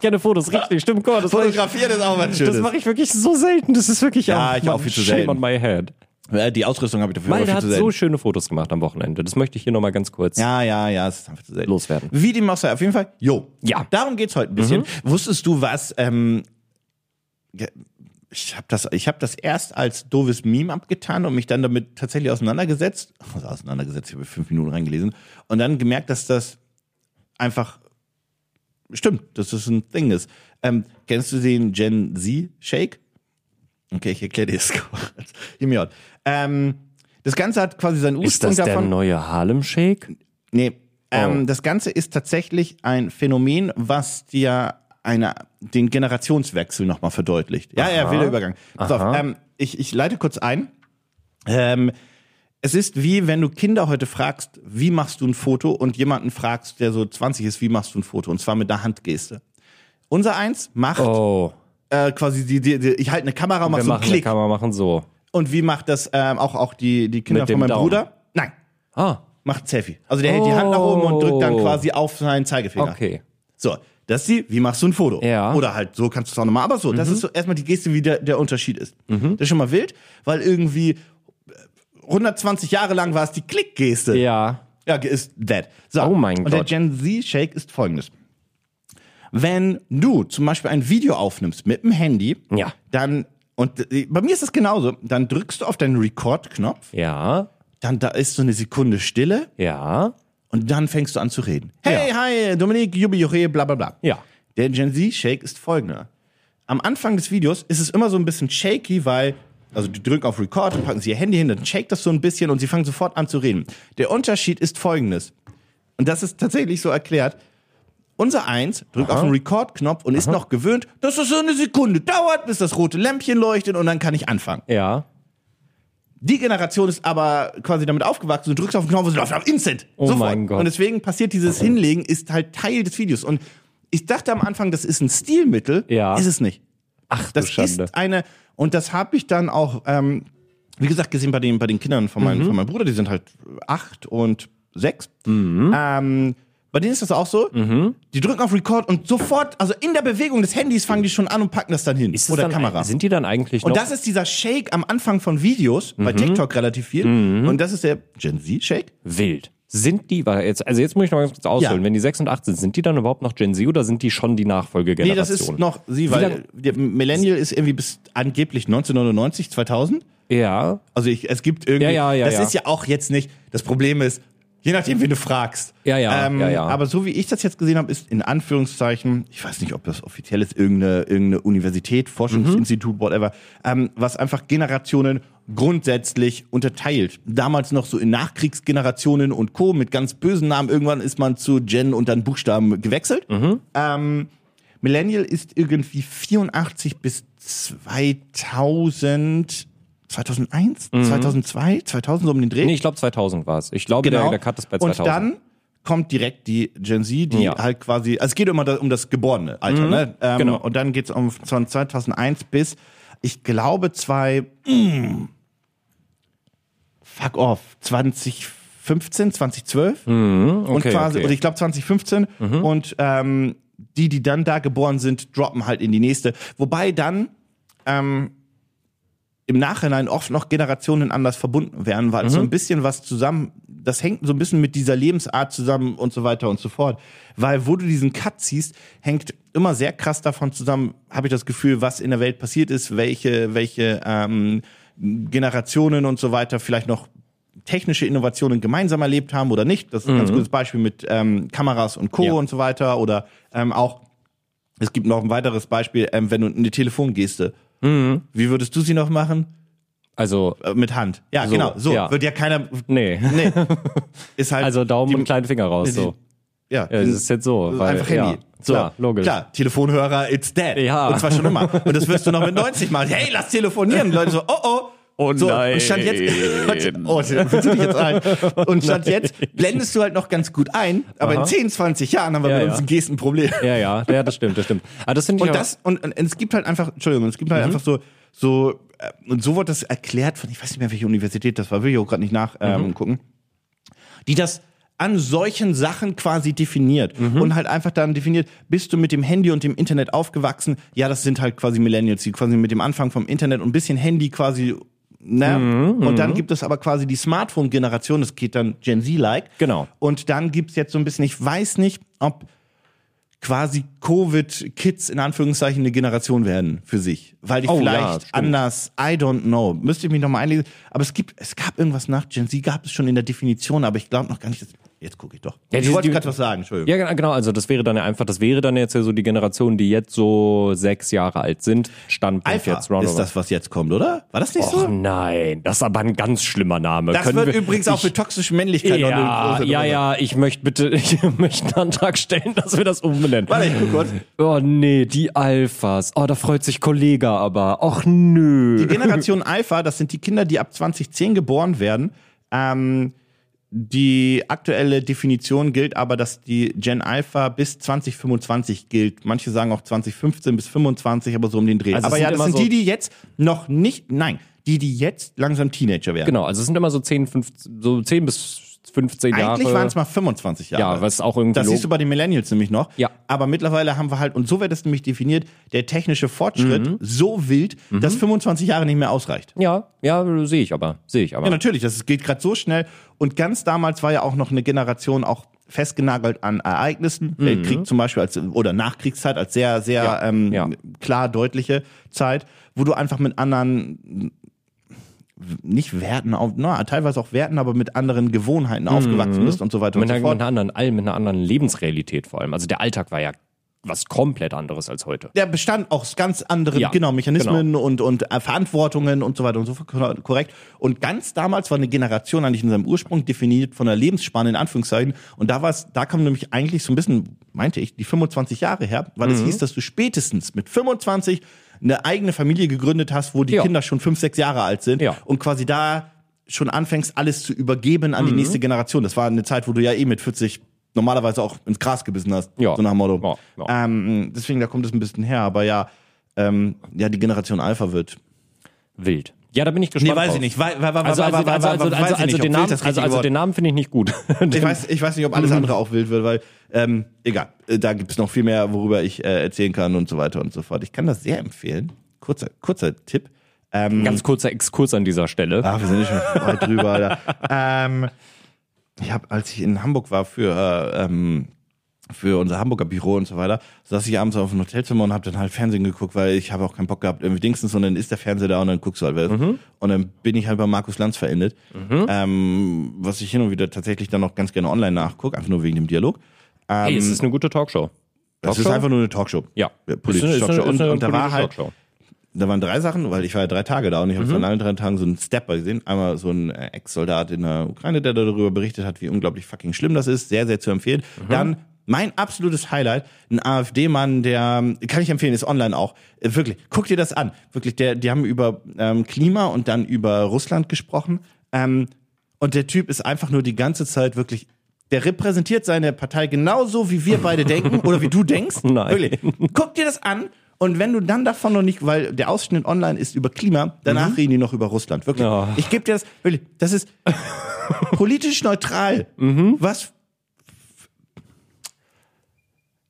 Speaker 3: Gerne Fotos, richtig, stimmt, Gott. Das mache ich,
Speaker 2: Fotografieren ist auch was
Speaker 3: das
Speaker 2: Schönes.
Speaker 3: mach ich wirklich so selten. Das ist wirklich
Speaker 2: Ja,
Speaker 3: auch,
Speaker 2: ich auch
Speaker 3: Mann,
Speaker 2: viel zu
Speaker 3: Shame
Speaker 2: selten.
Speaker 3: on my head.
Speaker 2: Äh, Die Ausrüstung habe ich dafür
Speaker 3: Malda
Speaker 2: viel
Speaker 3: hat
Speaker 2: zu selten.
Speaker 3: so schöne Fotos gemacht am Wochenende. Das möchte ich hier nochmal ganz kurz.
Speaker 2: ja, ja, ja, es ist einfach zu selten.
Speaker 3: Loswerden.
Speaker 2: Wie dem auch sei, auf jeden Fall. Jo.
Speaker 3: Ja. Mhm.
Speaker 2: Darum geht's heute ein bisschen. Wusstest du was? Ähm, ge- ich habe das, ich hab das erst als doofes Meme abgetan und mich dann damit tatsächlich auseinandergesetzt. [laughs] Also auseinandergesetzt, ich habe fünf Minuten reingelesen. Und dann gemerkt, dass das einfach stimmt, dass das ein Ding ist. Ähm, kennst du den Gen Z-Shake? Okay, ich erkläre dir das [laughs] kurz. Gib mir Ort. Ähm, das Ganze hat quasi seinen Ursprung
Speaker 3: Ist das der
Speaker 2: davon.
Speaker 3: neue Harlem Shake?
Speaker 2: Nee.
Speaker 3: Oh.
Speaker 2: Ähm, das Ganze ist tatsächlich ein Phänomen, was dir eine, den Generationswechsel nochmal verdeutlicht. Ja, ja, wilder Übergang. Pass auf, ähm, ich, ich leite kurz ein. Ähm, es ist wie, wenn du Kinder heute fragst, wie machst du ein Foto und jemanden fragst, der so 20 ist, wie machst du ein Foto? Und zwar mit der Handgeste. Unser Eins macht
Speaker 3: Oh,
Speaker 2: äh, quasi, die, die, die, ich halte eine Kamera, mach
Speaker 3: wir
Speaker 2: so einen
Speaker 3: machen,
Speaker 2: Klick.
Speaker 3: kann man machen so.
Speaker 2: Und wie macht das ähm, auch, auch die, die Kinder
Speaker 3: Mit
Speaker 2: von
Speaker 3: dem
Speaker 2: meinem
Speaker 3: Daumen.
Speaker 2: Bruder? Nein,
Speaker 3: Ah,
Speaker 2: macht ein Selfie. Also der hält die Hand nach oben und drückt dann quasi auf seinen Zeigefinger.
Speaker 3: Oh. Okay.
Speaker 2: So, das ist die, wie machst du ein Foto?
Speaker 3: Ja. Mhm.
Speaker 2: Oder halt, so kannst du es auch nochmal, aber so, das ist so erstmal die Geste, wie der, der Unterschied ist. Das ist schon mal wild, weil irgendwie äh, 120 Jahre lang war es die Klick-Geste.
Speaker 3: Ja.
Speaker 2: Ja, ge- ist that. So.
Speaker 3: Oh mein
Speaker 2: Und der
Speaker 3: Gott.
Speaker 2: Gen Z-Shake ist folgendes. Wenn du zum Beispiel ein Video aufnimmst mit dem Handy,
Speaker 3: Ja.
Speaker 2: dann, und äh, bei mir ist das genauso, dann drückst du auf deinen Record-Knopf,
Speaker 3: Ja.
Speaker 2: dann da ist so eine Sekunde Stille
Speaker 3: Ja.
Speaker 2: und dann fängst du an zu reden. Hey, hi, Dominik, Jubi, Juche, bla bla bla.
Speaker 3: Ja.
Speaker 2: Der Gen Z-Shake ist folgender. Am Anfang des Videos ist es immer so ein bisschen shaky, weil, also die drücken auf Record und packen sie ihr Handy hin, dann shake das so ein bisschen und sie fangen sofort an zu reden. Der Unterschied ist folgendes. Und das ist tatsächlich so erklärt. Unser Eins drückt auf den Record-Knopf und ist noch gewöhnt, dass das so eine Sekunde dauert, bis das rote Lämpchen leuchtet und dann kann ich anfangen.
Speaker 3: Ja.
Speaker 2: Die Generation ist aber quasi damit aufgewachsen. Du drückst auf den Knopf und es läuft auf Instant.
Speaker 3: Oh mein Gott.
Speaker 2: Und deswegen passiert dieses Hinlegen, ist halt Teil des Videos. Und ich dachte am Anfang, das ist ein Stilmittel.
Speaker 3: Ja.
Speaker 2: Ist es nicht. Ach, das
Speaker 3: Schande.
Speaker 2: ist eine, und das habe ich dann auch, ähm, wie gesagt, gesehen bei den, bei den Kindern von,
Speaker 3: Mhm.
Speaker 2: meinem von meinem Bruder, die sind halt acht und sechs.
Speaker 3: Mhm.
Speaker 2: Ähm, bei denen ist das auch so. Die drücken auf Record und sofort, also in der Bewegung des Handys fangen die schon an und packen das dann hin.
Speaker 3: Ist das
Speaker 2: Oder
Speaker 3: dann,
Speaker 2: Kamera.
Speaker 3: Sind die dann eigentlich
Speaker 2: Und
Speaker 3: noch?
Speaker 2: das ist dieser Shake am Anfang von Videos, bei TikTok relativ viel. Und das ist der Gen Z-Shake.
Speaker 3: wild. Sind die, weil jetzt, also jetzt muss ich noch mal ganz kurz ausholen,
Speaker 2: Ja.
Speaker 3: wenn die 6 und 8 sind, sind die dann überhaupt noch Gen Z oder sind die schon die
Speaker 2: Nee,
Speaker 3: Nachfolgegeneration?
Speaker 2: das ist noch sie, weil
Speaker 3: lange-
Speaker 2: der Millennial ist irgendwie bis angeblich 1999, 2000.
Speaker 3: Ja,
Speaker 2: Also ich, es gibt irgendwie,
Speaker 3: Ja, ja, ja,
Speaker 2: das
Speaker 3: ja.
Speaker 2: ist ja auch jetzt nicht, das Problem ist, je nachdem, wen du fragst. Ähm,
Speaker 3: Ja, ja, ja, ja.
Speaker 2: Aber so wie ich das jetzt gesehen habe, ist in Anführungszeichen, ich weiß nicht, ob das offiziell ist, irgendeine, irgendeine Universität,
Speaker 3: Mhm.
Speaker 2: Forschungsinstitut, whatever, ähm, was einfach Generationen grundsätzlich unterteilt. Damals noch so in Nachkriegsgenerationen und Co. mit ganz bösen Namen. Irgendwann ist man zu Gen und dann Buchstaben gewechselt. Ähm, Millennial ist irgendwie 84 bis 2000, 2001, 2002, 2000 so um den Dreh.
Speaker 3: Mhm.
Speaker 2: Genau.
Speaker 3: nee, ich glaube 2000 war es. Ich glaube, der, der Cut ist bei 2000.
Speaker 2: Und dann kommt direkt die Gen Z, die
Speaker 3: Ja.
Speaker 2: halt quasi, also es geht immer da, um das geborene Alter, ne? Ähm,
Speaker 3: genau.
Speaker 2: Und dann geht's um von 2001 bis, ich glaube, zwei, mm, fuck off, 2015, 2012 und
Speaker 3: Mhm,
Speaker 2: quasi,
Speaker 3: okay, okay. Mhm.
Speaker 2: oder ich glaube 2015 und ähm, die, die dann da geboren sind, droppen halt in die nächste. Wobei dann ähm, im Nachhinein oft noch Generationen anders verbunden werden, weil
Speaker 3: Mhm.
Speaker 2: so ein bisschen was zusammen, das hängt so ein bisschen mit dieser Lebensart zusammen und so weiter und so fort. Weil wo du diesen Cut ziehst, hängt immer sehr krass davon zusammen, habe ich das Gefühl, was in der Welt passiert ist, welche, welche ähm, Generationen und so weiter vielleicht noch technische Innovationen gemeinsam erlebt haben oder nicht. Das ist ein ganz gutes Beispiel mit ähm, Kameras und Co.
Speaker 3: Mhm. Ja.
Speaker 2: und so weiter. Oder ähm, auch, es gibt noch ein weiteres Beispiel, ähm, wenn du eine Telefongeste.
Speaker 3: Mhm.
Speaker 2: Wie würdest du sie noch machen?
Speaker 3: also,
Speaker 2: Äh, mit Hand. Ja,
Speaker 3: So,
Speaker 2: genau. So
Speaker 3: ja.
Speaker 2: wird ja keiner. [laughs]
Speaker 3: nee.
Speaker 2: Nee. ist halt.
Speaker 3: Also Daumen
Speaker 2: die-
Speaker 3: und kleinen Finger raus,
Speaker 2: die-
Speaker 3: so.
Speaker 2: Ja,
Speaker 3: Ja, das ist jetzt Also so. Weil,
Speaker 2: einfach Handy.
Speaker 3: Ja, klar,
Speaker 2: so,
Speaker 3: logisch.
Speaker 2: Klar, Telefonhörer, it's dead.
Speaker 3: Ja.
Speaker 2: Und zwar schon immer. Und das wirst du noch mit 90 mal. Hey, lass telefonieren.
Speaker 3: [laughs]
Speaker 2: Und Leute so, oh oh.
Speaker 3: Oh
Speaker 2: so,
Speaker 3: nein.
Speaker 2: Und stand jetzt, oh,
Speaker 3: [laughs]
Speaker 2: willst du dich jetzt ein?
Speaker 3: Oh
Speaker 2: Und statt jetzt blendest du halt noch ganz gut ein, aber in 10, 20 Jahren haben wir
Speaker 3: Ja,
Speaker 2: mit
Speaker 3: ja.
Speaker 2: uns ein Gestenproblem.
Speaker 3: Ja, ja, ja, das stimmt, das stimmt. Aber das finde ich Mhm.
Speaker 2: Und
Speaker 3: aber-
Speaker 2: das, und, und es gibt halt einfach, Entschuldigung, es gibt halt einfach so, so, äh, und so wurde das erklärt von, ich weiß nicht mehr, welche Universität das war, will ich auch gerade nicht nachgucken,
Speaker 3: Mhm.
Speaker 2: ähm, gucken, die das an solchen Sachen quasi definiert
Speaker 3: Mhm.
Speaker 2: und halt einfach dann definiert, bist du mit dem Handy und dem Internet aufgewachsen? Ja, das sind halt quasi Millennials, die quasi mit dem Anfang vom Internet und ein bisschen Handy quasi, ne?
Speaker 3: Mhm.
Speaker 2: Und dann gibt es aber quasi die Smartphone-Generation, das geht dann Gen Z-like.
Speaker 3: Genau.
Speaker 2: Und dann gibt's jetzt so ein bisschen, ich weiß nicht, ob quasi Covid-Kids in Anführungszeichen eine Generation werden für sich. Weil die
Speaker 3: Oh, ja,
Speaker 2: vielleicht
Speaker 3: stimmt.
Speaker 2: anders, I don't know. Müsste ich mich nochmal einlesen. Aber es gibt, es gab irgendwas nach Gen Z, gab es schon in der Definition, aber ich glaube noch gar nicht, dass, jetzt gucke ich doch. ich
Speaker 3: Ja, diese-
Speaker 2: wollte
Speaker 3: die-
Speaker 2: gerade was sagen, Entschuldigung.
Speaker 3: Ja, genau, genau, also das wäre dann ja einfach, das wäre dann jetzt ja so die Generation, die jetzt so sechs Jahre alt sind, Standpunkt
Speaker 2: Alpha
Speaker 3: jetzt roundabout.
Speaker 2: ist das, was jetzt kommt, oder? War das nicht
Speaker 3: Och
Speaker 2: so?
Speaker 3: nein, das ist aber ein ganz schlimmer Name.
Speaker 2: Das
Speaker 3: Können
Speaker 2: wird
Speaker 3: wir-
Speaker 2: übrigens auch für toxische Männlichkeit noch eine
Speaker 3: Ja,
Speaker 2: große
Speaker 3: ja,
Speaker 2: Nummer.
Speaker 3: ja, ich möchte bitte, [laughs] ich möchte einen Antrag stellen, dass wir das umbenennen.
Speaker 2: Warte, ich guck kurz.
Speaker 3: Oh nee, die Alphas. Oh, da freut sich Kollega aber. Och nö.
Speaker 2: Die Generation Alpha, das sind die Kinder, die ab 2010 geboren werden. Ähm, die aktuelle Definition gilt aber, dass die Gen Alpha bis 2025 gilt. Manche sagen auch 2015 bis 25, aber so um den Dreh.
Speaker 3: Also es
Speaker 2: aber
Speaker 3: sind
Speaker 2: ja, das
Speaker 3: immer
Speaker 2: sind
Speaker 3: so-
Speaker 2: die, die jetzt noch nicht, nein, die, die jetzt langsam Teenager werden.
Speaker 3: genau, also es sind immer so 10, 15, so 10 bis 15 Jahre.
Speaker 2: Eigentlich waren es mal 25 Jahre.
Speaker 3: Ja, was auch irgendwie
Speaker 2: Das
Speaker 3: lo-
Speaker 2: siehst du bei den Millennials nämlich noch.
Speaker 3: Ja.
Speaker 2: Aber mittlerweile haben wir halt, und so wird es nämlich definiert, der technische Fortschritt
Speaker 3: Mhm.
Speaker 2: so wild, dass 25 Jahre nicht mehr ausreicht.
Speaker 3: Ja, ja, sehe ich aber. Sehe ich aber.
Speaker 2: Ja, natürlich, das geht gerade so schnell. Und ganz damals war ja auch noch eine Generation auch festgenagelt an Ereignissen. Weltkrieg zum Beispiel als, oder Nachkriegszeit als sehr, sehr
Speaker 3: Mhm. Ja,
Speaker 2: Ähm,
Speaker 3: ja.
Speaker 2: klar deutliche Zeit, wo du einfach mit anderen nicht Werten, auf, na, teilweise auch Werten, aber mit anderen Gewohnheiten aufgewachsen bist und so weiter und
Speaker 3: Mhm. mit,
Speaker 2: so
Speaker 3: einer, mit,
Speaker 2: fort.
Speaker 3: einer anderen, all- mit einer anderen Lebensrealität vor allem. Also der Alltag war ja was komplett anderes als heute.
Speaker 2: der bestand aus ganz anderen
Speaker 3: Ja,
Speaker 2: genau, Mechanismen und, und äh, Verantwortungen und so weiter und so fort, kor- korrekt. Und ganz damals war eine Generation eigentlich in seinem Ursprung definiert von der Lebensspanne in Anführungszeichen. Und da war es, da kam nämlich eigentlich so ein bisschen, meinte ich, die 25 Jahre her, weil
Speaker 3: Mhm.
Speaker 2: es hieß, dass du spätestens mit 25 eine eigene Familie gegründet hast, wo die
Speaker 3: Ja.
Speaker 2: Kinder schon fünf, sechs Jahre alt sind
Speaker 3: Ja.
Speaker 2: und quasi da schon anfängst, alles zu übergeben
Speaker 3: Mhm.
Speaker 2: an die nächste Generation. Das war eine Zeit, wo du ja eh mit 40 normalerweise auch ins Gras gebissen hast.
Speaker 3: Ja.
Speaker 2: So nach dem Motto.
Speaker 3: Ja, ja.
Speaker 2: Ähm, deswegen, da kommt es ein bisschen her, aber ja, ähm, ja, die Generation Alpha wird.
Speaker 3: Wild. Ja, da bin ich gespannt. drauf. Also, also, also, also, also, also, den, Namen, also, also den Namen finde ich nicht gut.
Speaker 2: ich weiß, ich weiß nicht, ob alles andere auch wild wird, weil, ähm, egal, äh, da gibt es noch viel mehr, worüber ich äh, erzählen kann und so weiter und so fort. Ich kann das sehr empfehlen. Kurzer, kurzer Tipp. Ähm,
Speaker 3: [laughs] Ganz kurzer Exkurs an dieser Stelle.
Speaker 2: Ah, wir sind ja schon weit drüber, Alter. Ähm, ich habe, als ich in Hamburg war für, äh, ähm, für unser Hamburger Büro und so weiter, saß ich abends auf dem Hotelzimmer und habe dann halt Fernsehen geguckt, weil ich habe auch keinen Bock gehabt, irgendwie Dingsens und dann ist der Fernseher da und dann guckst du halt was. Und dann bin ich halt bei Markus Lanz verendet, ähm, was ich hin und wieder tatsächlich dann noch ganz gerne online nachgucke, einfach nur wegen dem Dialog. Ähm,
Speaker 3: Ey, es ist eine gute Talkshow.
Speaker 2: das ist
Speaker 3: Talkshow?
Speaker 2: einfach nur eine Talkshow.
Speaker 3: Ja.
Speaker 2: politische
Speaker 3: Ist eine- ist eine-
Speaker 2: Talkshow.
Speaker 3: ist
Speaker 2: Und,
Speaker 3: eine
Speaker 2: und da war
Speaker 3: politische
Speaker 2: halt,
Speaker 3: Talkshow.
Speaker 2: da waren drei Sachen, weil ich war ja drei Tage da und ich habe von allen drei Tagen so einen Stepper gesehen. Einmal so ein äh, Ex-Soldat in der Ukraine, der darüber berichtet hat, wie unglaublich fucking schlimm das ist. Sehr, sehr zu empfehlen. Dann mein absolutes Highlight, ein AfD-Mann, der, ähm, kann ich empfehlen, ist online auch. Äh, Wirklich, guck dir das an. Wirklich, der, die haben über ähm, Klima und dann über Russland gesprochen. Ähm, und der Typ ist einfach nur die ganze Zeit wirklich, der repräsentiert seine Partei genauso, wie wir beide denken oder wie du denkst.
Speaker 3: Nein.
Speaker 2: Wirklich. [laughs] Guck dir das an. Und wenn du dann davon noch nicht, weil der Ausschnitt online ist über Klima, danach reden die noch über Russland. Wirklich.
Speaker 3: Ja.
Speaker 2: Ich gebe dir das, wirklich, das ist politisch neutral. Was?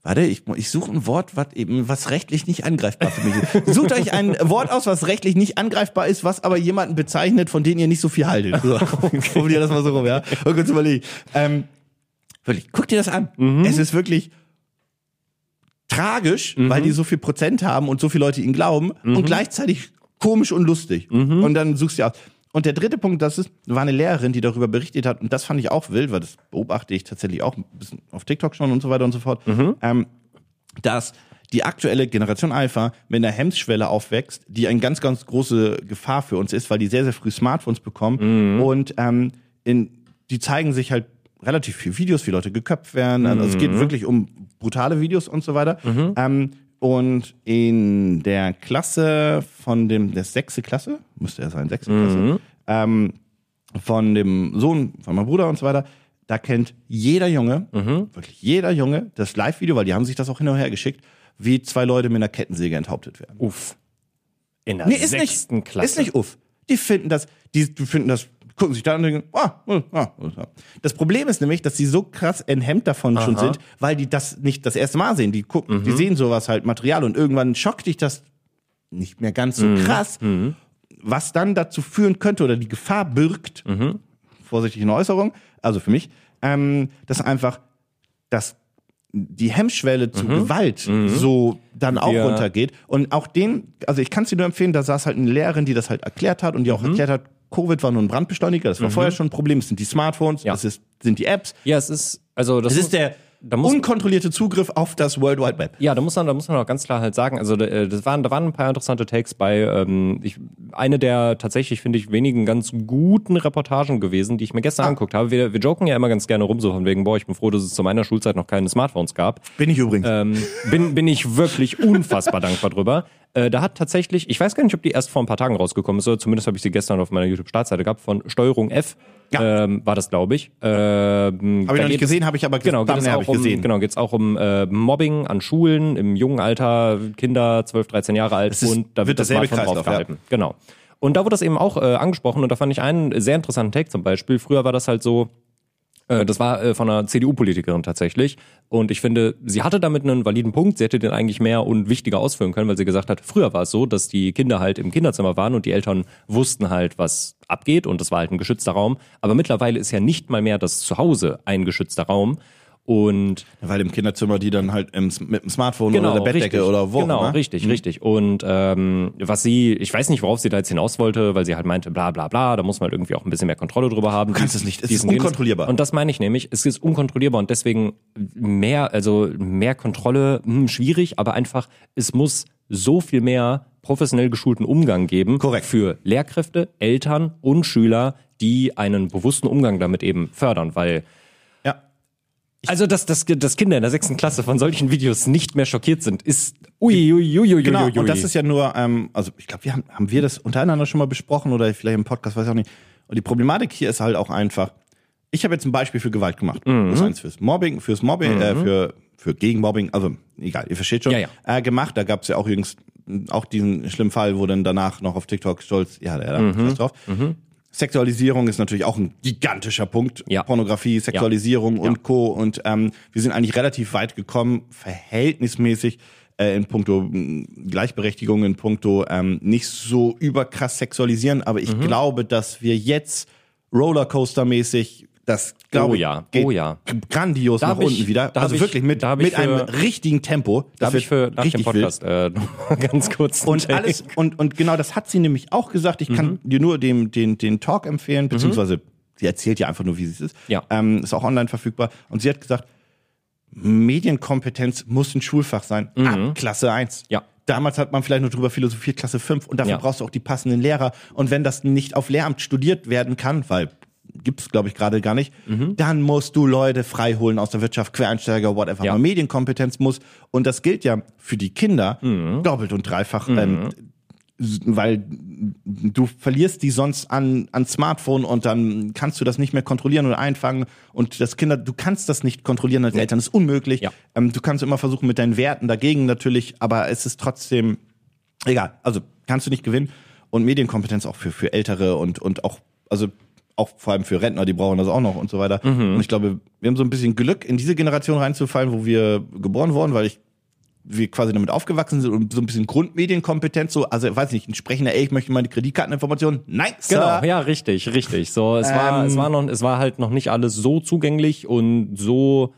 Speaker 2: Warte, ich, ich suche ein Wort, was eben, was rechtlich nicht angreifbar für mich ist. Sucht euch ein Wort aus, was rechtlich nicht angreifbar ist, was aber jemanden bezeichnet, von dem ihr nicht so viel haltet. So, [laughs] Formulier das mal so rum, ja. Und kurz überlegen. Ähm, wirklich, guck dir das an. Es ist wirklich tragisch, weil die so viel Prozent haben und so viele Leute ihnen glauben und gleichzeitig komisch und lustig. Und dann suchst du aus. Und der dritte Punkt, das ist, war eine Lehrerin, die darüber berichtet hat, und das fand ich auch wild, weil das beobachte ich tatsächlich auch ein bisschen auf TikTok schon und so weiter und so fort, ähm, dass die aktuelle Generation Alpha mit einer Hemmschwelle aufwächst, die eine ganz, ganz große Gefahr für uns ist, weil die sehr, sehr früh Smartphones bekommen und ähm, in, die zeigen sich halt relativ viel Videos, wie Leute geköpft werden. Also es geht wirklich um brutale Videos und so weiter. Ähm, und in der Klasse von dem, der sechste Klasse, müsste er sein, sechste Klasse, ähm, von dem Sohn, von meinem Bruder und so weiter, da kennt jeder Junge,
Speaker 3: Mhm.
Speaker 2: wirklich jeder Junge, das Live-Video, weil die haben sich das auch hin und her geschickt, wie zwei Leute mit einer Kettensäge enthauptet werden.
Speaker 3: Uff. In der
Speaker 2: Nee, ist
Speaker 3: sechsten
Speaker 2: nicht,
Speaker 3: Klasse.
Speaker 2: ist nicht uff. Die finden das, die, die finden das, gucken sich da an und denken, ah, ah, ah. Das Problem ist nämlich, dass sie so krass enthemmt davon schon sind, weil die das nicht das erste Mal sehen. Die gucken,
Speaker 3: Mhm.
Speaker 2: die sehen sowas halt Material und irgendwann schockt dich das nicht mehr ganz
Speaker 3: Mhm.
Speaker 2: so krass, was dann dazu führen könnte oder die Gefahr birgt, vorsichtige Äußerung, also für mich, ähm, dass einfach das die Hemmschwelle zu Gewalt so dann auch
Speaker 3: Mhm. Ja.
Speaker 2: runtergeht. Und auch den, also ich kann es dir nur empfehlen, da saß halt eine Lehrerin, die das halt erklärt hat und
Speaker 3: Mhm.
Speaker 2: die auch erklärt hat, Covid war nur ein Brandbeschleuniger, das war vorher schon ein Problem, es sind die Smartphones,
Speaker 3: Ja.
Speaker 2: es ist, sind die Apps,
Speaker 3: Ja, es ist, also das
Speaker 2: es ist der
Speaker 3: da muss,
Speaker 2: unkontrollierte Zugriff auf das World Wide Web.
Speaker 3: Ja, da muss man, da muss man auch ganz klar halt sagen, also äh, das waren, da waren ein paar interessante Takes bei. Ähm, ich, eine der tatsächlich, finde ich, wenigen ganz guten Reportagen gewesen, die ich mir
Speaker 2: Ah.
Speaker 3: gestern angeguckt habe. Wir, wir joken ja immer ganz gerne rum, so von wegen, boah, ich bin froh, dass es zu meiner Schulzeit noch keine Smartphones gab.
Speaker 2: Bin ich übrigens.
Speaker 3: Ähm, bin, bin ich wirklich unfassbar dankbar drüber. Äh, da hat tatsächlich, ich weiß gar nicht, ob die erst vor ein paar Tagen rausgekommen ist, oder zumindest habe ich sie gestern auf meiner YouTube-Startseite gehabt, von Steuerung F. Ähm, war das, glaube ich. Ähm,
Speaker 2: Habe ich
Speaker 3: da
Speaker 2: noch
Speaker 3: geht
Speaker 2: nicht
Speaker 3: es-
Speaker 2: gesehen, habe ich aber
Speaker 3: Genau, geht
Speaker 2: Thumbnail
Speaker 3: es
Speaker 2: hab
Speaker 3: auch
Speaker 2: ich
Speaker 3: um,
Speaker 2: gesehen.
Speaker 3: genau, geht's auch um äh, Mobbing an Schulen im jungen Alter, Kinder 12, 13 Jahre alt
Speaker 2: ist-
Speaker 3: und da
Speaker 2: wird
Speaker 3: wird das
Speaker 2: derselbe
Speaker 3: Smartphone
Speaker 2: Kreislauf,
Speaker 3: draufgehalten. Genau. Und da wurde das eben auch äh, angesprochen und da fand ich einen sehr interessanten Take zum Beispiel. Früher war das halt so, Äh, Das war äh, von einer CDU-Politikerin tatsächlich. Und ich finde, sie hatte damit einen validen Punkt. Sie hätte den eigentlich mehr und wichtiger ausführen können, weil sie gesagt hat, früher war es so, dass die Kinder halt im Kinderzimmer waren und die Eltern wussten halt, was abgeht. Und das war halt ein geschützter Raum. Aber mittlerweile ist ja nicht mal mehr das Zuhause ein geschützter Raum. Und
Speaker 2: Weil im Kinderzimmer die dann halt im, mit dem Smartphone oder der Bettdecke
Speaker 3: Genau, richtig.
Speaker 2: oder wo. auch
Speaker 3: Genau,
Speaker 2: immer. Mhm.
Speaker 3: richtig, richtig. Und ähm, was sie, ich weiß nicht, worauf sie da jetzt hinaus wollte, weil sie halt meinte, bla bla bla, da muss man halt irgendwie auch ein bisschen mehr Kontrolle drüber haben. Du
Speaker 2: kannst es nicht, es ist unkontrollierbar.
Speaker 3: Und das meine ich nämlich, es ist unkontrollierbar und deswegen mehr, also mehr Kontrolle, hm, schwierig, aber einfach, es muss so viel mehr professionell geschulten Umgang geben
Speaker 2: Korrekt.
Speaker 3: für Lehrkräfte, Eltern und Schüler, die einen bewussten Umgang damit eben fördern, weil
Speaker 2: Ja.
Speaker 3: also, dass, dass, dass Kinder in der sechsten Klasse von solchen Videos nicht mehr schockiert sind, ist ui, ui, ui, ui,
Speaker 2: Genau,
Speaker 3: ui, ui.
Speaker 2: und das ist ja nur, ähm, also ich glaube, wir haben, haben wir das untereinander schon mal besprochen oder vielleicht im Podcast, weiß ich auch nicht. Und die Problematik hier ist halt auch einfach, ich habe jetzt ein Beispiel für Gewalt gemacht.
Speaker 3: Mhm.
Speaker 2: Das ist eins fürs Mobbing, fürs Mobbing, äh, für, für Gegenmobbing, also egal, ihr versteht schon,
Speaker 3: Ja, ja.
Speaker 2: Äh, gemacht. Da gab es ja auch jüngst mh, auch diesen schlimmen Fall, wo dann danach noch auf TikTok stolz, ja, da, da
Speaker 3: Mhm.
Speaker 2: was drauf. Sexualisierung ist natürlich auch ein gigantischer Punkt.
Speaker 3: Ja.
Speaker 2: Pornografie, Sexualisierung und Co. Und ähm, wir sind eigentlich relativ weit gekommen, verhältnismäßig äh, in puncto mh, Gleichberechtigung, in puncto ähm, nicht so überkrass sexualisieren. Aber
Speaker 3: Mhm.
Speaker 2: ich glaube, dass wir jetzt Rollercoaster-mäßig das glaube
Speaker 3: Oh
Speaker 2: ich,
Speaker 3: ja,
Speaker 2: geht
Speaker 3: oh ja.
Speaker 2: grandios
Speaker 3: Da
Speaker 2: nach
Speaker 3: hab ich-
Speaker 2: unten wieder.
Speaker 3: da hab
Speaker 2: also
Speaker 3: ich-
Speaker 2: wirklich mit,
Speaker 3: da hab ich
Speaker 2: mit einem
Speaker 3: für-
Speaker 2: richtigen Tempo.
Speaker 3: Da
Speaker 2: das
Speaker 3: habe ich für
Speaker 2: wird
Speaker 3: nach dem
Speaker 2: richtig wild.
Speaker 3: Podcast äh, [laughs] noch ganz kurz. einen
Speaker 2: Und
Speaker 3: Take.
Speaker 2: alles, [laughs] und, und genau das hat sie nämlich auch gesagt. Ich kann dir nur den, den, den Talk empfehlen, beziehungsweise sie erzählt ja einfach nur, wie sie es ist.
Speaker 3: Ja.
Speaker 2: Ähm, ist auch online verfügbar. Und sie hat gesagt, Medienkompetenz muss ein Schulfach sein. Ab Klasse 1.
Speaker 3: Ja.
Speaker 2: Damals hat man vielleicht nur drüber philosophiert, Klasse 5. Und dafür
Speaker 3: Ja.
Speaker 2: brauchst du auch die passenden Lehrer. Und wenn das nicht auf Lehramt studiert werden kann, weil gibt's glaube ich, gerade gar nicht,
Speaker 3: Mhm.
Speaker 2: dann musst du Leute freiholen aus der Wirtschaft, Quereinsteiger, whatever.
Speaker 3: Ja.
Speaker 2: Aber Medienkompetenz muss. Und das gilt ja für die Kinder
Speaker 3: Mhm.
Speaker 2: doppelt und dreifach. Ähm, s- weil du verlierst die sonst an, an Smartphone und dann kannst du das nicht mehr kontrollieren und einfangen und das Kinder, du kannst das nicht kontrollieren als Eltern, das ist unmöglich.
Speaker 3: Ja.
Speaker 2: Ähm, du kannst immer versuchen mit deinen Werten dagegen natürlich, aber es ist trotzdem egal. Also kannst du nicht gewinnen und Medienkompetenz auch für, für Ältere und, und auch, also auch vor allem für Rentner, die brauchen das auch noch und so weiter. Und ich glaube, wir haben so ein bisschen Glück, in diese Generation reinzufallen, wo wir geboren wurden, weil ich wir quasi damit aufgewachsen sind und so ein bisschen Grundmedienkompetenz, so, also weiß nicht, ein sprechender, ey, ich möchte meine Kreditkarteninformationen. Nein, Sir.
Speaker 3: Genau, ja, richtig, richtig. So, es war,
Speaker 2: Ähm.
Speaker 3: es war noch, es war halt noch nicht alles so zugänglich und so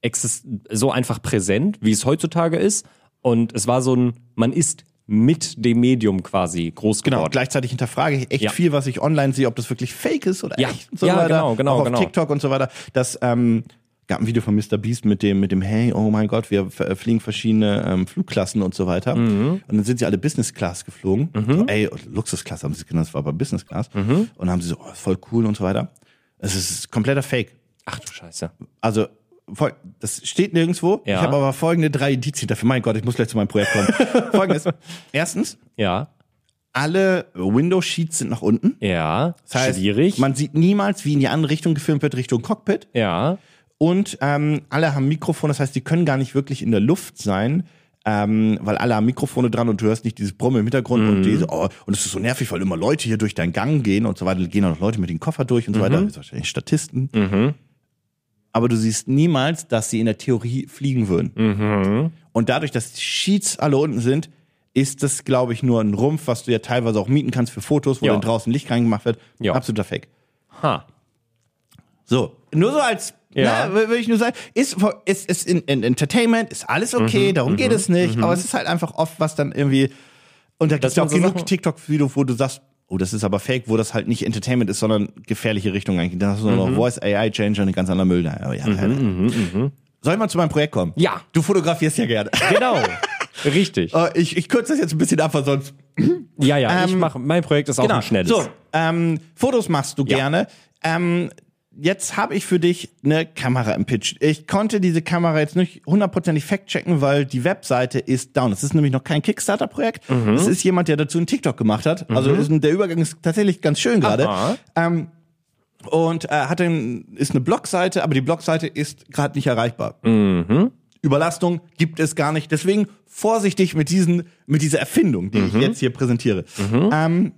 Speaker 3: exist so einfach präsent, wie es heutzutage ist. Und es war so ein, man ist mit dem Medium quasi groß
Speaker 2: Genau,
Speaker 3: geworden.
Speaker 2: und gleichzeitig hinterfrage ich echt
Speaker 3: Ja.
Speaker 2: viel, was ich online sehe, ob das wirklich fake ist oder
Speaker 3: Ja.
Speaker 2: echt und so
Speaker 3: Ja,
Speaker 2: weiter.
Speaker 3: genau, genau,
Speaker 2: Auch auf
Speaker 3: genau.
Speaker 2: TikTok und so weiter. Das ähm, gab ein Video von Mr. Beast mit dem, mit dem, hey, oh mein Gott, wir f- äh, fliegen verschiedene ähm, Flugklassen und so weiter.
Speaker 3: Mhm.
Speaker 2: Und dann sind sie alle Business Class geflogen. So, ey, und Luxusklasse haben sie genannt, das war aber Business Class.
Speaker 3: Mhm.
Speaker 2: Und dann haben sie so, oh, voll cool und so weiter. Es ist kompletter Fake.
Speaker 3: Ach du Scheiße.
Speaker 2: Also, fol- das steht nirgendwo.
Speaker 3: Ja.
Speaker 2: Ich habe aber folgende drei Indizien dafür. Mein Gott, ich muss gleich zu meinem Projekt
Speaker 3: [laughs]
Speaker 2: kommen. Folgendes. Erstens,
Speaker 3: Ja,
Speaker 2: alle Window-Sheets sind nach unten.
Speaker 3: ja.
Speaker 2: Das heißt,
Speaker 3: Schwierig.
Speaker 2: Man sieht niemals, wie in die andere Richtung gefilmt wird, Richtung Cockpit.
Speaker 3: ja.
Speaker 2: Und ähm, alle haben Mikrofone, das heißt, die können gar nicht wirklich in der Luft sein, ähm, weil alle haben Mikrofone dran und du hörst nicht dieses Brummen im Hintergrund
Speaker 3: Mhm.
Speaker 2: und diese, oh, und es ist so nervig, weil immer Leute hier durch deinen Gang gehen und so weiter, gehen auch noch Leute mit dem Koffer durch und so
Speaker 3: Mhm.
Speaker 2: weiter, das sind wahrscheinlich Statisten. Aber du siehst niemals, dass sie in der Theorie fliegen würden.
Speaker 3: Mhm.
Speaker 2: Und dadurch, dass die Sheets alle unten sind, ist das, glaube ich, nur ein Rumpf, was du ja teilweise auch mieten kannst für Fotos, wo
Speaker 3: Ja.
Speaker 2: dann draußen Licht reingemacht wird.
Speaker 3: Ja.
Speaker 2: Absoluter Fake.
Speaker 3: Ha.
Speaker 2: So, nur so als,
Speaker 3: Ja.
Speaker 2: ne, will ich nur sagen, ist, ist, ist in, in Entertainment, ist alles
Speaker 3: Mhm,
Speaker 2: okay, darum geht es nicht, aber es ist halt einfach oft, was dann irgendwie, und da gibt
Speaker 3: Das
Speaker 2: es ja auch
Speaker 3: sind so
Speaker 2: genug
Speaker 3: Sachen-
Speaker 2: TikTok-Videos, wo du sagst, oh, das ist aber fake, wo das halt nicht Entertainment ist, sondern gefährliche Richtung eigentlich. Dann hast du
Speaker 3: Mhm.
Speaker 2: noch Voice AI Changer und ein ganz anderer Müll da. Aber ja, Soll ich mal zu meinem Projekt kommen?
Speaker 3: Ja.
Speaker 2: Du fotografierst ja
Speaker 3: [laughs]
Speaker 2: gerne.
Speaker 3: Genau. richtig.
Speaker 2: Äh, ich ich kürze das jetzt ein bisschen ab, weil sonst
Speaker 3: Ja, ja, ich
Speaker 2: Ähm,
Speaker 3: mach, mein Projekt ist auch ein schnelles.
Speaker 2: So, ähm, Fotos machst du
Speaker 3: Ja.
Speaker 2: gerne. Ähm, jetzt habe ich für dich eine Kamera im Pitch. Ich konnte diese Kamera jetzt nicht hundertprozentig fact-checken, weil die Webseite ist down. Es ist nämlich noch kein Kickstarter-Projekt.
Speaker 3: Mhm.
Speaker 2: Es ist jemand, der dazu einen TikTok gemacht hat. Also ist, ein- der Übergang ist tatsächlich ganz schön gerade.
Speaker 3: Aha.
Speaker 2: Ähm, und äh, hat ein, ist eine Blogseite, aber die Blogseite ist gerade nicht erreichbar.
Speaker 3: Mhm.
Speaker 2: Überlastung gibt es gar nicht. Deswegen
Speaker 3: Mhm.
Speaker 2: vorsichtig mit diesen, mit dieser Erfindung, die ich jetzt hier präsentiere. Ähm,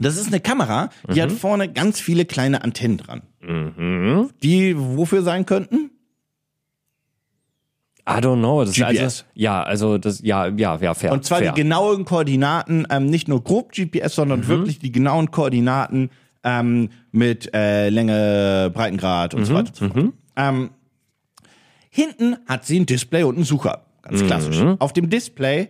Speaker 2: Das ist eine Kamera, die hat vorne ganz viele kleine Antennen dran. Die wofür sein könnten?
Speaker 3: I don't know. Das ist also,
Speaker 2: GPS.
Speaker 3: ja, also das, ja, ja, ja, fair.
Speaker 2: Und zwar
Speaker 3: fair.
Speaker 2: die genauen Koordinaten, ähm, nicht nur grob GPS, sondern wirklich die genauen Koordinaten ähm, mit äh, Länge, Breitengrad und so weiter und so fort. Ähm, hinten hat sie ein Display und einen Sucher. Ganz klassisch. Auf dem Display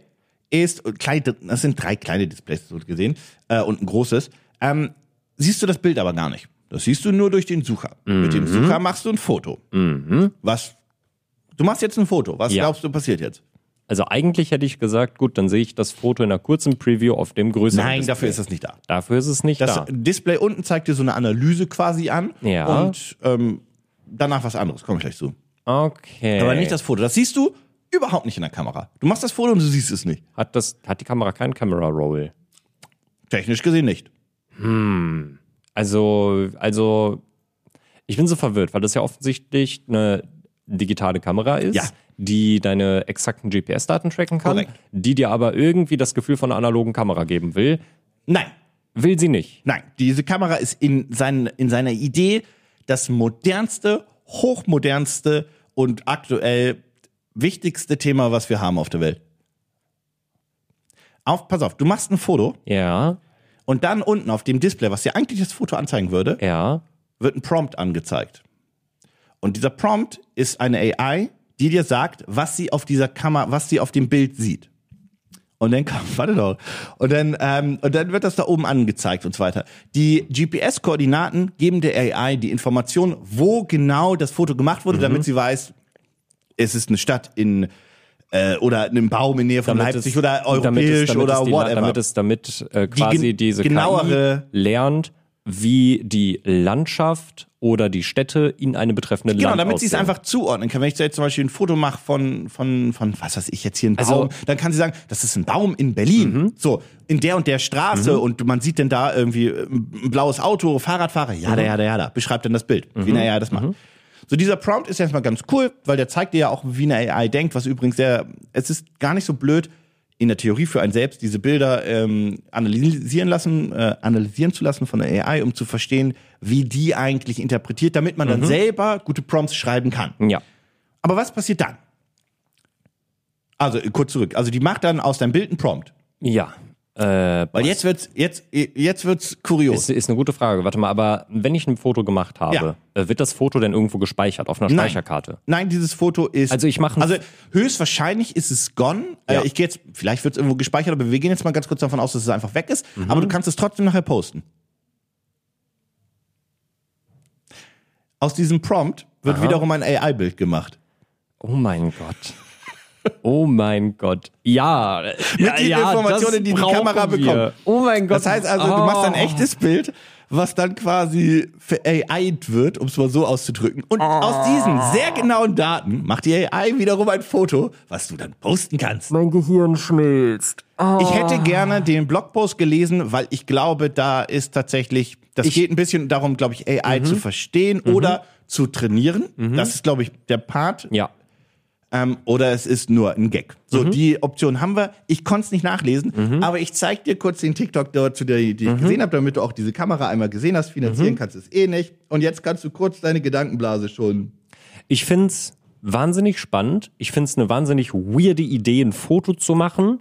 Speaker 2: ist, klein, das sind drei kleine Displays so gesehen äh, und ein großes. Ähm, siehst du das Bild aber gar nicht. Das siehst du nur durch den Sucher. Mit dem Sucher machst du ein Foto. Mhm. Was? Du machst jetzt ein Foto. Was
Speaker 3: Ja.
Speaker 2: glaubst du passiert jetzt?
Speaker 3: Also eigentlich hätte ich gesagt, gut, dann sehe ich das Foto in einer kurzen Preview auf dem größeren.
Speaker 2: Nein,
Speaker 3: Display.
Speaker 2: dafür ist das nicht da.
Speaker 3: Dafür ist es nicht
Speaker 2: Das
Speaker 3: da.
Speaker 2: Display unten zeigt dir so eine Analyse quasi an.
Speaker 3: Ja.
Speaker 2: Und ähm, danach was anderes, komme ich gleich zu.
Speaker 3: Okay.
Speaker 2: Aber nicht das Foto. Das siehst du überhaupt nicht in der Kamera. Du machst das Foto und du siehst es nicht.
Speaker 3: hat das hat die Kamera keinen Camera Roll.
Speaker 2: Technisch gesehen nicht.
Speaker 3: Also also ich bin so verwirrt, weil das ja offensichtlich eine digitale Kamera ist,
Speaker 2: Ja.
Speaker 3: die deine exakten GPS-Daten tracken kann,
Speaker 2: Korrekt.
Speaker 3: die dir aber irgendwie das Gefühl von einer analogen Kamera geben will.
Speaker 2: Nein,
Speaker 3: Will sie nicht.
Speaker 2: nein. Diese Kamera ist in, seinen, in seiner Idee das modernste, hochmodernste und aktuell wichtigste Thema, was wir haben auf der Welt. Auf, pass auf, du machst ein Foto
Speaker 3: Ja,
Speaker 2: und dann unten auf dem Display, was dir eigentlich das Foto anzeigen würde,
Speaker 3: ja.
Speaker 2: wird ein Prompt angezeigt. Und dieser Prompt ist eine AI, die dir sagt, was sie auf dieser Kamera, was sie auf dem Bild sieht. Und dann kam, [laughs] warte doch. Und dann, ähm, und dann wird das da oben angezeigt und so weiter. Die GPS-Koordinaten geben der AI die Information, wo genau das Foto gemacht
Speaker 3: Mhm.
Speaker 2: wurde, damit sie weiß, es ist eine Stadt in äh, oder einem Baum in Nähe von
Speaker 3: Damit
Speaker 2: Leipzig
Speaker 3: es-
Speaker 2: oder europäisch
Speaker 3: damit es- damit
Speaker 2: oder
Speaker 3: es die,
Speaker 2: whatever.
Speaker 3: Damit es damit äh, quasi
Speaker 2: gen-
Speaker 3: diese
Speaker 2: genauere-
Speaker 3: KI lernt, wie die Landschaft oder die Städte in einem betreffenden
Speaker 2: Genau,
Speaker 3: Land
Speaker 2: damit sie es
Speaker 3: aussehen.
Speaker 2: einfach zuordnen kann. Wenn ich jetzt zum Beispiel ein Foto mache von, von, von, was weiß ich jetzt hier, ein Baum,
Speaker 3: Also- Mhm.
Speaker 2: dann kann sie sagen, das ist ein Baum in Berlin. So, in der und der Straße und man sieht denn da irgendwie äh, ein blaues Auto, Fahrradfahrer,
Speaker 3: Mhm.
Speaker 2: ja, da, ja, da, ja, da. Beschreibt dann das Bild, wie eine AI das macht. So, dieser Prompt ist erstmal ganz cool, weil der zeigt dir ja auch, wie eine AI denkt, was übrigens sehr, es ist gar nicht so blöd, in der Theorie für einen selbst diese Bilder ähm, analysieren lassen, äh, analysieren zu lassen von der AI, um zu verstehen, wie die eigentlich interpretiert, damit man dann selber gute Prompts schreiben kann.
Speaker 3: Ja.
Speaker 2: Aber was passiert dann? Also äh, kurz zurück. Also die macht dann aus deinem Bild einen Prompt.
Speaker 3: Ja. Äh,
Speaker 2: Weil jetzt wird's jetzt jetzt wird's kurios.
Speaker 3: ist, ist eine gute Frage. Warte mal, aber wenn ich ein Foto gemacht habe, äh, wird das Foto denn irgendwo gespeichert auf einer
Speaker 2: Nein.
Speaker 3: Speicherkarte?
Speaker 2: Nein, dieses Foto ist.
Speaker 3: Also ich mach ein-
Speaker 2: Also höchstwahrscheinlich ist es gone.
Speaker 3: Ja.
Speaker 2: Äh, ich gehe jetzt, vielleicht wird es irgendwo gespeichert, aber wir gehen jetzt mal ganz kurz davon aus, dass es einfach weg ist. Aber du kannst es trotzdem nachher posten. Aus diesem Prompt wird wiederum ein AI-Bild gemacht.
Speaker 3: Oh mein Gott. Oh mein Gott. Ja. ja,
Speaker 2: den
Speaker 3: ja,
Speaker 2: Informationen,
Speaker 3: das
Speaker 2: die die
Speaker 3: brauchen
Speaker 2: Kamera
Speaker 3: wir.
Speaker 2: bekommt.
Speaker 3: Oh mein Gott. Ah. Oh.
Speaker 2: Das heißt also, du machst ein echtes Bild, was dann quasi für AI wird, um es mal so auszudrücken. Und aus diesen
Speaker 3: Oh.
Speaker 2: sehr genauen Daten macht die AI wiederum ein Foto, was du dann posten kannst.
Speaker 3: Mein Gehirn schmilzt.
Speaker 2: Ich hätte gerne den Blogpost gelesen, weil ich glaube, da ist tatsächlich, das geht ein bisschen darum, glaube ich, AI zu verstehen oder zu trainieren. Das ist, glaube ich, der Part.
Speaker 3: Ja.
Speaker 2: Ähm, oder es ist nur ein Gag. So, die Option haben wir. Ich konnte es nicht nachlesen, aber ich zeig dir kurz den TikTok dort, zu der, die ich gesehen habe, damit du auch diese Kamera einmal gesehen hast. Finanzieren kannst du es eh nicht. Und jetzt kannst du kurz deine Gedankenblase schon.
Speaker 3: Ich find's wahnsinnig spannend. Ich find's eine wahnsinnig weirde Idee, ein Foto zu machen,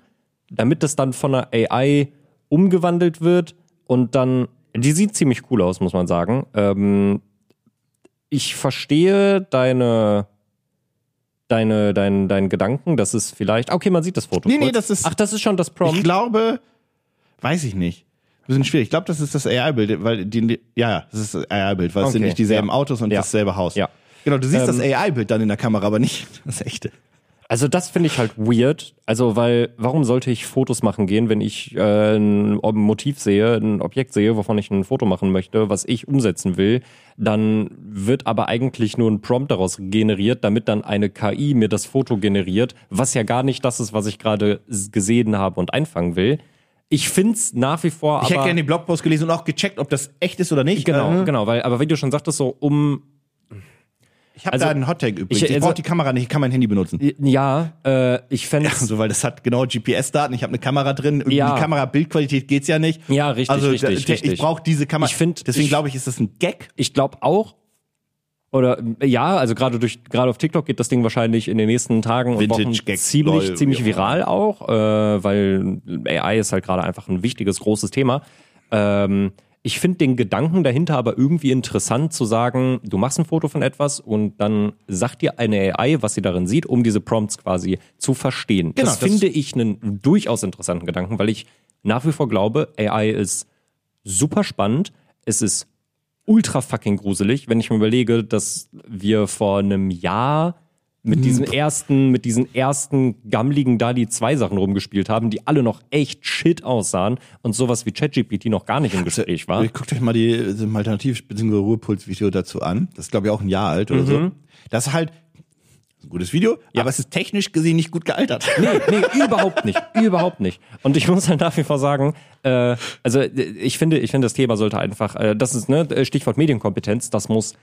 Speaker 3: damit das dann von einer AI umgewandelt wird und dann. Die sieht ziemlich cool aus, muss man sagen. Ähm, ich verstehe deine. Deine, dein, deinen Gedanken, das ist vielleicht. Okay, man sieht das Foto.
Speaker 2: Nee, nee,
Speaker 3: kurz.
Speaker 2: das ist-
Speaker 3: Ach, das ist schon das Prompt.
Speaker 2: Ich glaube, weiß ich nicht. Bisschen schwierig. Ich glaube, das ist das AI-Bild, weil die, die- ja, ja, das ist das AI-Bild, weil es sind
Speaker 3: Okay,
Speaker 2: nicht dieselben
Speaker 3: ja.
Speaker 2: Autos und
Speaker 3: Ja.
Speaker 2: dasselbe Haus.
Speaker 3: Ja.
Speaker 2: Genau, du siehst das
Speaker 3: Ähm.
Speaker 2: AI-Bild dann in der Kamera, aber nicht [laughs] das echte.
Speaker 3: Also das finde ich halt weird. Also weil, warum sollte ich Fotos machen gehen, wenn ich äh, ein Ob- Motiv sehe, ein Objekt sehe, wovon ich ein Foto machen möchte, was ich umsetzen will, dann wird aber eigentlich nur ein Prompt daraus generiert, damit dann eine KI mir das Foto generiert, was ja gar nicht das ist, was ich gerade s- gesehen habe und einfangen will. Ich find's nach wie vor
Speaker 2: Ich
Speaker 3: aber...
Speaker 2: hätte gerne den Blogpost gelesen und auch gecheckt, ob das echt ist oder nicht.
Speaker 3: Genau,
Speaker 2: Ähm,
Speaker 3: genau, weil, aber wie du schon sagtest, so um
Speaker 2: Ich habe
Speaker 3: Also,
Speaker 2: da einen Hottag übrigens. Ich,
Speaker 3: ich- also-
Speaker 2: brauche die Kamera nicht, ich kann mein Handy [laughs] benutzen.
Speaker 3: Ja, äh, ich fände
Speaker 2: Also, weil das hat genau GPS-Daten, ich habe eine Kamera drin. Irgendwie
Speaker 3: Ja.
Speaker 2: Die Kamera, Bildqualität geht's ja nicht.
Speaker 3: Ja, richtig,
Speaker 2: also, da-
Speaker 3: richtig,
Speaker 2: der-
Speaker 3: richtig.
Speaker 2: Ich brauche diese Kamera.
Speaker 3: Ich find-
Speaker 2: Deswegen
Speaker 3: ich-
Speaker 2: glaube ich, ist das ein Gag.
Speaker 3: ich glaube auch, oder äh, ja, also gerade durch gerade auf TikTok geht das Ding wahrscheinlich in den nächsten Tagen und
Speaker 2: Vintage
Speaker 3: Wochen
Speaker 2: Gag,
Speaker 3: ziemlich
Speaker 2: lol,
Speaker 3: ziemlich
Speaker 2: ja.
Speaker 3: viral auch, äh, weil AI ist halt gerade einfach ein wichtiges großes Thema. Ähm, ich finde den Gedanken dahinter aber irgendwie interessant zu sagen, du machst ein Foto von etwas und dann sagt dir eine AI, was sie darin sieht, um diese Prompts quasi zu verstehen.
Speaker 2: Genau,
Speaker 3: das,
Speaker 2: das-
Speaker 3: finde ich einen durchaus interessanten Gedanken, weil ich nach wie vor glaube, AI ist super spannend. Es ist ultra fucking gruselig, wenn ich mir überlege, dass wir vor einem Jahr
Speaker 2: Mhm.
Speaker 3: mit diesen ersten, mit diesen ersten gammeligen Dali 2 Sachen rumgespielt haben, die alle noch echt shit aussahen und sowas wie ChatGPT noch gar nicht im Gespräch war.
Speaker 2: Guckt euch mal die äh, Alternativ- bzw. Ruhepuls-Video dazu an. Das ist, glaube ich, auch ein Jahr alt oder
Speaker 3: Mhm.
Speaker 2: so. Das ist halt ein gutes Video, aber es ist technisch gesehen nicht gut gealtert.
Speaker 3: [laughs] Nee, nee, überhaupt nicht. Überhaupt nicht. Und ich muss halt nach wie vor sagen, äh, also äh, ich finde, ich finde, das Thema sollte einfach, äh, das ist, ne, Stichwort Medienkompetenz, das muss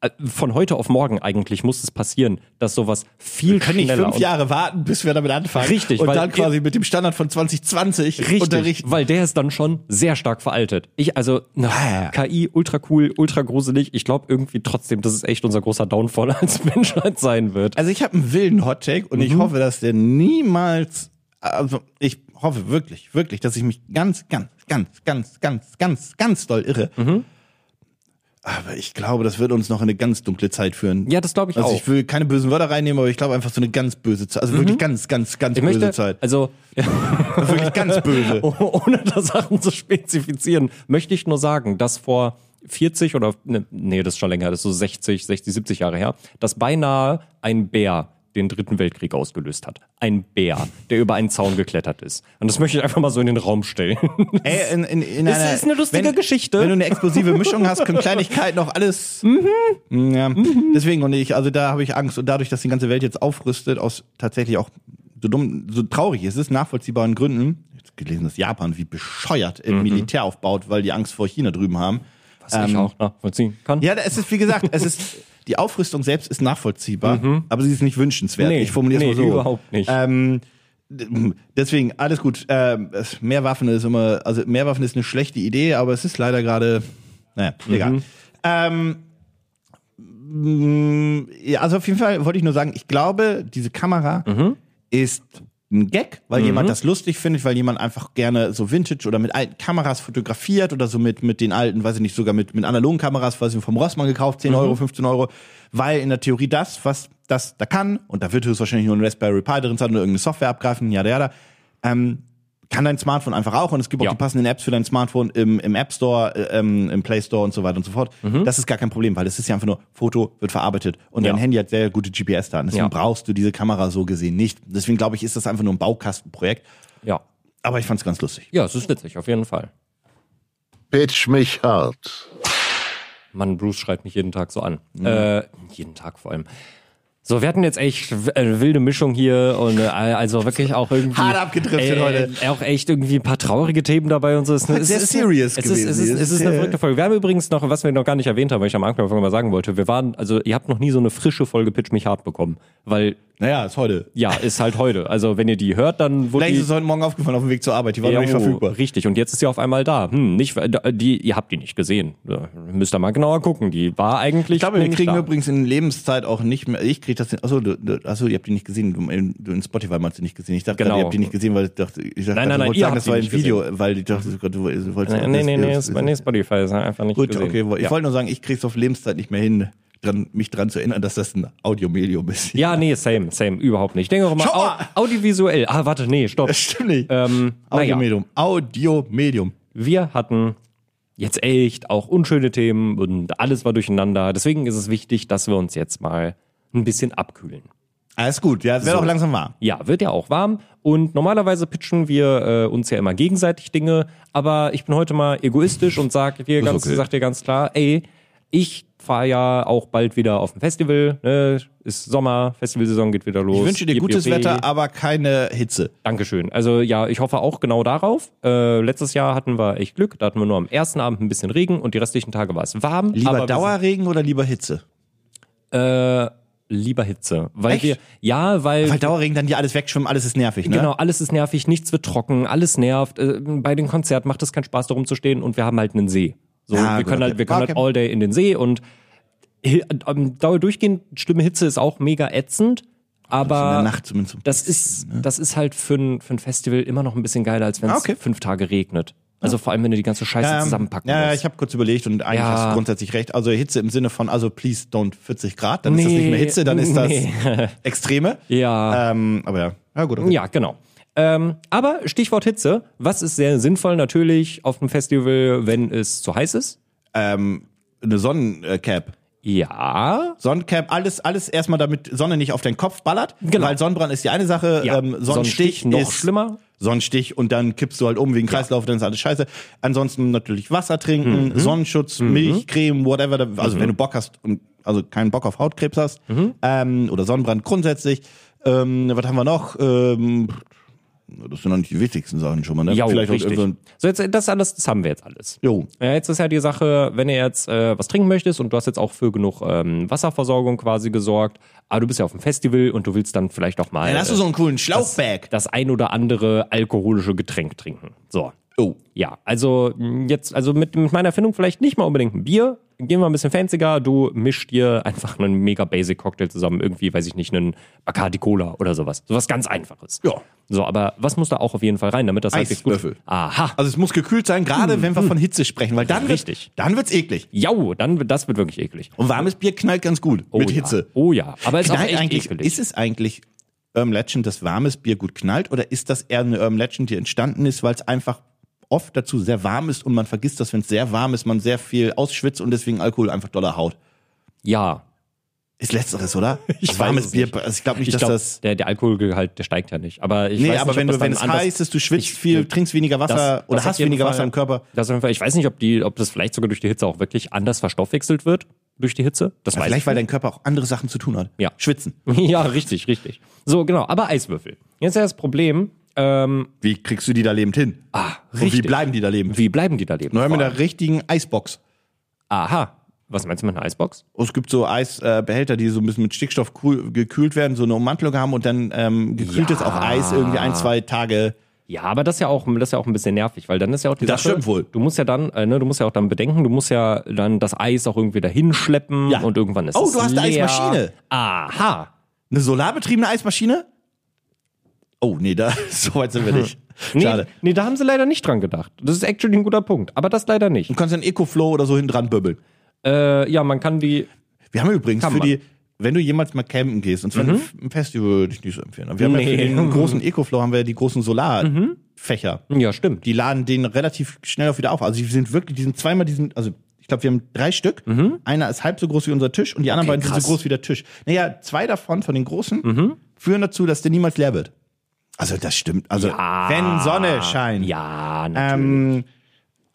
Speaker 3: äh, von heute auf morgen eigentlich muss es passieren, dass sowas viel
Speaker 2: Können nicht
Speaker 3: schneller
Speaker 2: fünf
Speaker 3: und-
Speaker 2: Jahre warten, bis wir damit anfangen.
Speaker 3: Richtig,
Speaker 2: Und
Speaker 3: weil-
Speaker 2: dann quasi mit dem Standard von 2020
Speaker 3: Richtig,
Speaker 2: unterrichten.
Speaker 3: weil der ist dann schon sehr stark veraltet. Ich, also, na, KI, ultra cool, ultra gruselig. Ich glaube irgendwie trotzdem, dass es echt unser großer Downfall [laughs] als Menschheit sein wird.
Speaker 2: Also ich habe einen wilden Hottake und
Speaker 3: Mhm.
Speaker 2: ich hoffe, dass der niemals, also ich hoffe wirklich, wirklich, dass ich mich ganz, ganz, ganz, ganz, ganz, ganz, ganz doll irre.
Speaker 3: Mhm.
Speaker 2: Aber ich glaube, das wird uns noch in eine ganz dunkle Zeit führen.
Speaker 3: Ja, das glaube ich
Speaker 2: also
Speaker 3: auch.
Speaker 2: ich will keine bösen Wörter reinnehmen, aber ich glaube einfach so eine ganz böse Zeit. Also wirklich ganz, ganz, ganz
Speaker 3: Mhm. Ich
Speaker 2: böse
Speaker 3: möchte,
Speaker 2: Zeit.
Speaker 3: also
Speaker 2: Also wirklich ganz böse.
Speaker 3: [laughs] Oh- ohne da Sachen zu spezifizieren, möchte ich nur sagen, dass vor 40 oder, ne, nee, das ist schon länger, das ist so 60, 60, 70 Jahre her, dass beinahe ein Bär den Dritten Weltkrieg ausgelöst hat. Ein Bär, der über einen Zaun geklettert ist. Und das möchte ich einfach mal so in den Raum stellen.
Speaker 2: Ey, in, in, in
Speaker 3: Es
Speaker 2: einer,
Speaker 3: ist eine lustige
Speaker 2: wenn,
Speaker 3: Geschichte.
Speaker 2: Wenn du eine explosive Mischung hast,
Speaker 3: [laughs]
Speaker 2: können Kleinigkeiten auch alles. Mhm. Ja. Deswegen und ich, also da habe ich Angst und dadurch, dass die ganze Welt jetzt aufrüstet, aus tatsächlich auch so dumm, so traurig es ist, nachvollziehbaren Gründen. Jetzt gelesen, dass Japan wie bescheuert
Speaker 3: Mhm.
Speaker 2: im Militär aufbaut, weil die Angst vor China drüben haben.
Speaker 3: Was ich auch nachvollziehen kann.
Speaker 2: Ja, es ist wie gesagt, es ist
Speaker 3: [laughs]
Speaker 2: die Aufrüstung selbst ist nachvollziehbar, aber sie ist nicht wünschenswert.
Speaker 3: Mhm. Nee,
Speaker 2: ich formuliere es mal
Speaker 3: nee,
Speaker 2: so.
Speaker 3: überhaupt nicht.
Speaker 2: Ähm, d- deswegen alles gut. Ähm, es- mehr Waffen ist immer, also mehr Waffen ist eine schlechte Idee, aber es ist leider gerade, naja,
Speaker 3: Mhm.
Speaker 2: egal. Ähm, mm, ja, also auf jeden Fall wollte ich nur sagen, ich glaube, diese Kamera ist ein Gag, weil jemand das lustig findet, weil jemand einfach gerne so Vintage oder mit alten Kameras fotografiert oder so mit, mit den alten, weiß ich nicht, sogar mit, mit analogen Kameras, weiß ich vom Rossmann gekauft, 10 Euro, 15 Euro, weil in der Theorie das, was das da kann, und da wird höchstwahrscheinlich nur ein Raspberry Pi drin sein oder irgendeine Software abgreifen, jada jada, ähm, kann dein Smartphone einfach auch und es gibt auch
Speaker 3: Ja.
Speaker 2: die passenden Apps für dein Smartphone im, im App Store, äh, ähm, im Play Store und so weiter und so fort. Das ist gar kein Problem, weil es ist ja einfach nur, Foto wird verarbeitet und
Speaker 3: Mhm. Ja.
Speaker 2: dein Handy hat sehr gute GPS-Daten. Deswegen
Speaker 3: Ja.
Speaker 2: brauchst du diese Kamera so gesehen nicht. Deswegen glaube ich, ist das einfach nur ein Baukastenprojekt.
Speaker 3: ja.
Speaker 2: Aber ich fand es ganz lustig.
Speaker 3: Ja, es ist witzig, auf jeden Fall.
Speaker 1: Pitch mich hart.
Speaker 3: Mann, Bruce schreibt mich jeden Tag so an.
Speaker 2: Mhm.
Speaker 3: Äh, jeden Tag vor allem. So, wir hatten jetzt echt w- äh, wilde Mischung hier und äh, also wirklich auch irgendwie
Speaker 2: Hart abgedriftet heute.
Speaker 3: Äh, auch echt irgendwie ein paar traurige Themen dabei und so. Es, ist eine- es
Speaker 2: sehr
Speaker 3: ist
Speaker 2: serious
Speaker 3: eine, es ist, es ist,
Speaker 2: gewesen.
Speaker 3: es ist eine
Speaker 2: Äh.
Speaker 3: verrückte Folge. Wir haben übrigens noch was wir noch gar nicht erwähnt haben, weil ich am Anfang mal sagen wollte. Wir waren also ihr habt noch nie so eine frische Folge Pitch mich hart bekommen, weil
Speaker 2: Naja, ist heute.
Speaker 3: ja ist halt heute. Also wenn ihr die hört, dann wurde
Speaker 2: Vielleicht
Speaker 3: die,
Speaker 2: ist es heute Morgen aufgefallen auf dem Weg zur Arbeit. Die waren noch nicht
Speaker 3: Jo,
Speaker 2: verfügbar.
Speaker 3: Richtig, und jetzt ist sie auf einmal da. Hm, nicht, die, ihr habt die nicht gesehen. Ja, Müsst ihr mal genauer gucken. Die war eigentlich.
Speaker 2: Ich glaube, wir
Speaker 3: nicht
Speaker 2: kriegen
Speaker 3: da.
Speaker 2: übrigens in Lebenszeit auch nicht mehr. Ich kriege das. hin- Achso, du, du, achso, ihr habt die nicht gesehen. Du, du in Spotify mal hast du nicht gesehen. Ich dachte,
Speaker 3: Genau.
Speaker 2: gerade, ihr habt die nicht gesehen, weil ich dachte, ich dachte,
Speaker 3: Nein,
Speaker 2: du
Speaker 3: nein, nein,
Speaker 2: wolltest
Speaker 3: ihr
Speaker 2: sagen,
Speaker 3: habt
Speaker 2: das
Speaker 3: die
Speaker 2: war ein
Speaker 3: nicht
Speaker 2: Video, weil ich dachte, du, du wolltest.
Speaker 3: Nee, nee, nee,
Speaker 2: das-
Speaker 3: ist bei nee, Spotify. Ist einfach nicht
Speaker 2: Gut,
Speaker 3: gesehen.
Speaker 2: okay. wo- Ich
Speaker 3: ja.
Speaker 2: wollte nur sagen, ich krieg's auf Lebenszeit nicht mehr hin, dran, mich dran zu erinnern, dass das ein Audiomedium ist.
Speaker 3: ja, nee, same, same, überhaupt nicht. Ich denke auch mal,
Speaker 2: Schau
Speaker 3: au
Speaker 2: mal!
Speaker 3: audiovisuell. Ah, warte, nee,
Speaker 2: [laughs]
Speaker 3: stopp.
Speaker 2: Das stimmt nicht.
Speaker 3: Ähm, naja,
Speaker 2: Audiomedium. Audiomedium.
Speaker 3: wir hatten jetzt echt auch unschöne Themen und alles war durcheinander. Deswegen ist es wichtig, dass wir uns jetzt mal ein bisschen abkühlen.
Speaker 2: Alles gut, ja, es wird auch langsam warm.
Speaker 3: Ja, wird ja auch warm. Und normalerweise pitchen wir äh, uns ja immer gegenseitig Dinge. Aber ich bin heute mal egoistisch und sag dir
Speaker 2: Ist
Speaker 3: ganz,
Speaker 2: okay.
Speaker 3: sag dir ganz klar, ey, ich fahre ja auch bald wieder auf ein Festival. Ne? Ist Sommer, Festivalsaison geht wieder los.
Speaker 2: Ich wünsche dir
Speaker 3: Yippie
Speaker 2: gutes
Speaker 3: yippie.
Speaker 2: Wetter, aber keine Hitze.
Speaker 3: Dankeschön. Also ja, ich hoffe auch genau darauf. Äh, letztes Jahr hatten wir echt Glück. Da hatten wir nur am ersten Abend ein bisschen Regen und die restlichen Tage war es warm.
Speaker 2: Lieber
Speaker 3: aber wir
Speaker 2: Dauerregen oder lieber Hitze?
Speaker 3: sind- äh, lieber Hitze. Weil
Speaker 2: Echt?
Speaker 3: wir, ja, weil.
Speaker 2: Weil Dauerregen dann dir alles wegschwimmen, alles ist nervig, ne?
Speaker 3: Genau, alles ist nervig, nichts wird trocken, alles nervt. Äh, bei den Konzerten macht es keinen Spaß, darum zu stehen und wir haben halt einen See. So,
Speaker 2: Ah,
Speaker 3: wir
Speaker 2: gut,
Speaker 3: können halt,
Speaker 2: okay.
Speaker 3: wir können
Speaker 2: Okay.
Speaker 3: halt all day in den See und hi- ähm, am Dauer durchgehend, schlimme Hitze ist auch mega ätzend,
Speaker 2: In der
Speaker 3: aber
Speaker 2: Nacht zumindest.
Speaker 3: äh, das ist, das ist halt für ein, für ein Festival immer noch ein bisschen geiler, als wenn es
Speaker 2: Ah, okay.
Speaker 3: fünf Tage regnet. Also vor allem, wenn du die ganze Scheiße
Speaker 2: Ähm,
Speaker 3: zusammenpacken
Speaker 2: ja,
Speaker 3: musst.
Speaker 2: ich habe kurz überlegt und eigentlich
Speaker 3: Ja.
Speaker 2: hast du grundsätzlich recht. Also Hitze im Sinne von, also please don't 40 Grad, dann ist das nicht mehr
Speaker 3: Nee,
Speaker 2: Hitze, dann ist das
Speaker 3: nee. [laughs]
Speaker 2: Extreme.
Speaker 3: Ja.
Speaker 2: Ähm, aber ja, ja gut. Okay.
Speaker 3: Ja, genau. Ähm, aber Stichwort Hitze, was ist sehr sinnvoll natürlich auf dem Festival, wenn es zu heiß ist?
Speaker 2: Ähm, eine Sonnencap.
Speaker 3: Ja,
Speaker 2: Sonnencap, alles, alles erstmal damit Sonne nicht auf deinen Kopf ballert.
Speaker 3: Genau.
Speaker 2: Weil Sonnenbrand ist die eine Sache,
Speaker 3: Ja.
Speaker 2: ähm, Sonnenstich,
Speaker 3: Sonnenstich noch
Speaker 2: ist
Speaker 3: schlimmer.
Speaker 2: Sonnenstich und dann kippst du halt um wegen Kreislauf, dann ist alles scheiße. Ansonsten natürlich Wasser trinken, Sonnenschutz, Milch, Creme, whatever. da- Also wenn du Bock hast und also keinen Bock auf Hautkrebs hast ähm, oder Sonnenbrand grundsätzlich. Ähm, was haben wir noch? Ähm, das sind noch nicht die wichtigsten Sachen schon mal, ne?
Speaker 3: ja,
Speaker 2: Vielleicht
Speaker 3: richtig.
Speaker 2: auch irgendwann.
Speaker 3: so jetzt das alles, das haben wir jetzt alles.
Speaker 2: Jo.
Speaker 3: Ja, jetzt ist ja die Sache, wenn ihr jetzt äh, was trinken möchtest und du hast jetzt auch für genug ähm, Wasserversorgung quasi gesorgt, aber du bist ja auf dem Festival und du willst dann vielleicht auch mal
Speaker 2: Dann hast du
Speaker 3: äh,
Speaker 2: so einen coolen Schlauchbag.
Speaker 3: das ein oder andere alkoholische Getränk trinken. So.
Speaker 2: Oh.
Speaker 3: Ja, also mh, jetzt, also mit, mit meiner Erfindung vielleicht nicht mal unbedingt ein Bier. Gehen wir ein bisschen fanziger. Du mischst dir einfach einen mega basic Cocktail zusammen. Irgendwie, weiß ich nicht, einen Bacardi Cola oder sowas. Sowas ganz einfaches.
Speaker 2: Ja.
Speaker 3: So, aber was muss da auch auf jeden Fall rein, damit das halbwegs gut...
Speaker 2: Eiswürfel.
Speaker 3: Aha.
Speaker 2: Also es muss gekühlt sein, gerade wenn wir von Hitze sprechen, weil dann
Speaker 3: Hm, Richtig.
Speaker 2: Wird, dann wird's eklig.
Speaker 3: Jau, dann, das wird wirklich eklig.
Speaker 2: Und warmes Bier knallt ganz gut mit
Speaker 3: ja.
Speaker 2: Hitze.
Speaker 3: Oh ja, aber es ist auch
Speaker 2: Knallt
Speaker 3: echt
Speaker 2: eigentlich,
Speaker 3: ekelig.
Speaker 2: ist es eigentlich Urban Legend, dass warmes Bier gut knallt oder ist das eher eine Urban Legend, die entstanden ist, weil es einfach oft dazu sehr warm ist und man vergisst, dass wenn es sehr warm ist, man sehr viel ausschwitzt und deswegen Alkohol einfach doller haut.
Speaker 3: ja.
Speaker 2: Ist letzteres, oder?
Speaker 3: [laughs] Ich weiß
Speaker 2: warmes
Speaker 3: es
Speaker 2: Bier,
Speaker 3: nicht.
Speaker 2: also ich glaube nicht,
Speaker 3: Ich
Speaker 2: dass
Speaker 3: glaube,
Speaker 2: das
Speaker 3: der, der Alkoholgehalt, der steigt ja nicht. Aber ich
Speaker 2: Nee,
Speaker 3: weiß
Speaker 2: aber
Speaker 3: nicht,
Speaker 2: wenn
Speaker 3: ob das
Speaker 2: du wenn
Speaker 3: dann
Speaker 2: es
Speaker 3: anders-
Speaker 2: heiß ist, du schwitzt
Speaker 3: Ich-
Speaker 2: viel, trinkst weniger Wasser
Speaker 3: Das-
Speaker 2: oder
Speaker 3: das auf
Speaker 2: hast
Speaker 3: jeden
Speaker 2: weniger
Speaker 3: Fall.
Speaker 2: Wasser im Körper.
Speaker 3: Das auf jeden Fall. Ich weiß nicht, ob, die, ob das vielleicht sogar durch die Hitze auch wirklich anders verstoffwechselt wird durch die Hitze. Das weiß
Speaker 2: Vielleicht,
Speaker 3: ich
Speaker 2: weil dein Körper auch andere Sachen zu tun hat.
Speaker 3: Ja.
Speaker 2: Schwitzen.
Speaker 3: nicht. [laughs] Ja, richtig, richtig. So, genau. Aber Eiswürfel. Jetzt ist ja das Problem, ähm,
Speaker 2: Wie kriegst du die da lebend hin? Ah, Und wie
Speaker 3: richtig.
Speaker 2: bleiben die da lebend?
Speaker 3: wie bleiben die da leben?
Speaker 2: Neu mit einer richtigen Eisbox. Oh,
Speaker 3: Aha. Was meinst du mit einer Eisbox?
Speaker 2: Es gibt so Eisbehälter, die so ein bisschen mit Stickstoff cool, gekühlt werden, so eine Ummantelung haben und dann ähm, gekühltes
Speaker 3: Ja.
Speaker 2: auch Eis irgendwie ein, zwei Tage.
Speaker 3: Ja, aber das ist ja auch, das ist ja auch ein bisschen nervig, weil dann ist ja auch die
Speaker 2: Das
Speaker 3: Sache,
Speaker 2: stimmt wohl.
Speaker 3: Du musst ja dann, äh, ne, du musst ja auch dann bedenken, du musst ja dann das Eis auch irgendwie dahin schleppen
Speaker 2: Ja.
Speaker 3: und irgendwann ist
Speaker 2: Oh,
Speaker 3: es
Speaker 2: du hast eine
Speaker 3: leer.
Speaker 2: Eismaschine.
Speaker 3: Aha.
Speaker 2: Eine solarbetriebene Eismaschine? Oh, nee, da, [laughs] so weit sind wir [laughs] nicht.
Speaker 3: Nee,
Speaker 2: Schade.
Speaker 3: nee, da haben sie leider nicht dran gedacht. Das ist actually ein guter Punkt, aber das leider nicht.
Speaker 2: Du kannst dann Ecoflow oder so hinten dran böbbeln.
Speaker 3: Äh, ja, man kann die
Speaker 2: Wir haben übrigens
Speaker 3: Kann
Speaker 2: für
Speaker 3: man.
Speaker 2: die, wenn du jemals mal campen gehst, und zwar im Festival würde ich nicht so empfehlen, aber wir haben ja
Speaker 3: Nee.
Speaker 2: für den [laughs] großen Ecoflow haben wir ja die großen Solarfächer.
Speaker 3: Ja, stimmt.
Speaker 2: die laden den relativ schnell auch wieder auf. Also die sind wirklich, die sind zweimal diesen, also ich glaube, wir haben drei Stück. Einer ist halb so groß wie unser Tisch und die anderen beiden sind
Speaker 3: Mhm. krass. Mhm.
Speaker 2: so groß wie der Tisch. Naja, zwei davon von den großen führen dazu, dass der niemals leer wird. Also das stimmt. Also wenn Sonne scheint.
Speaker 3: Ja, natürlich.
Speaker 2: Ähm,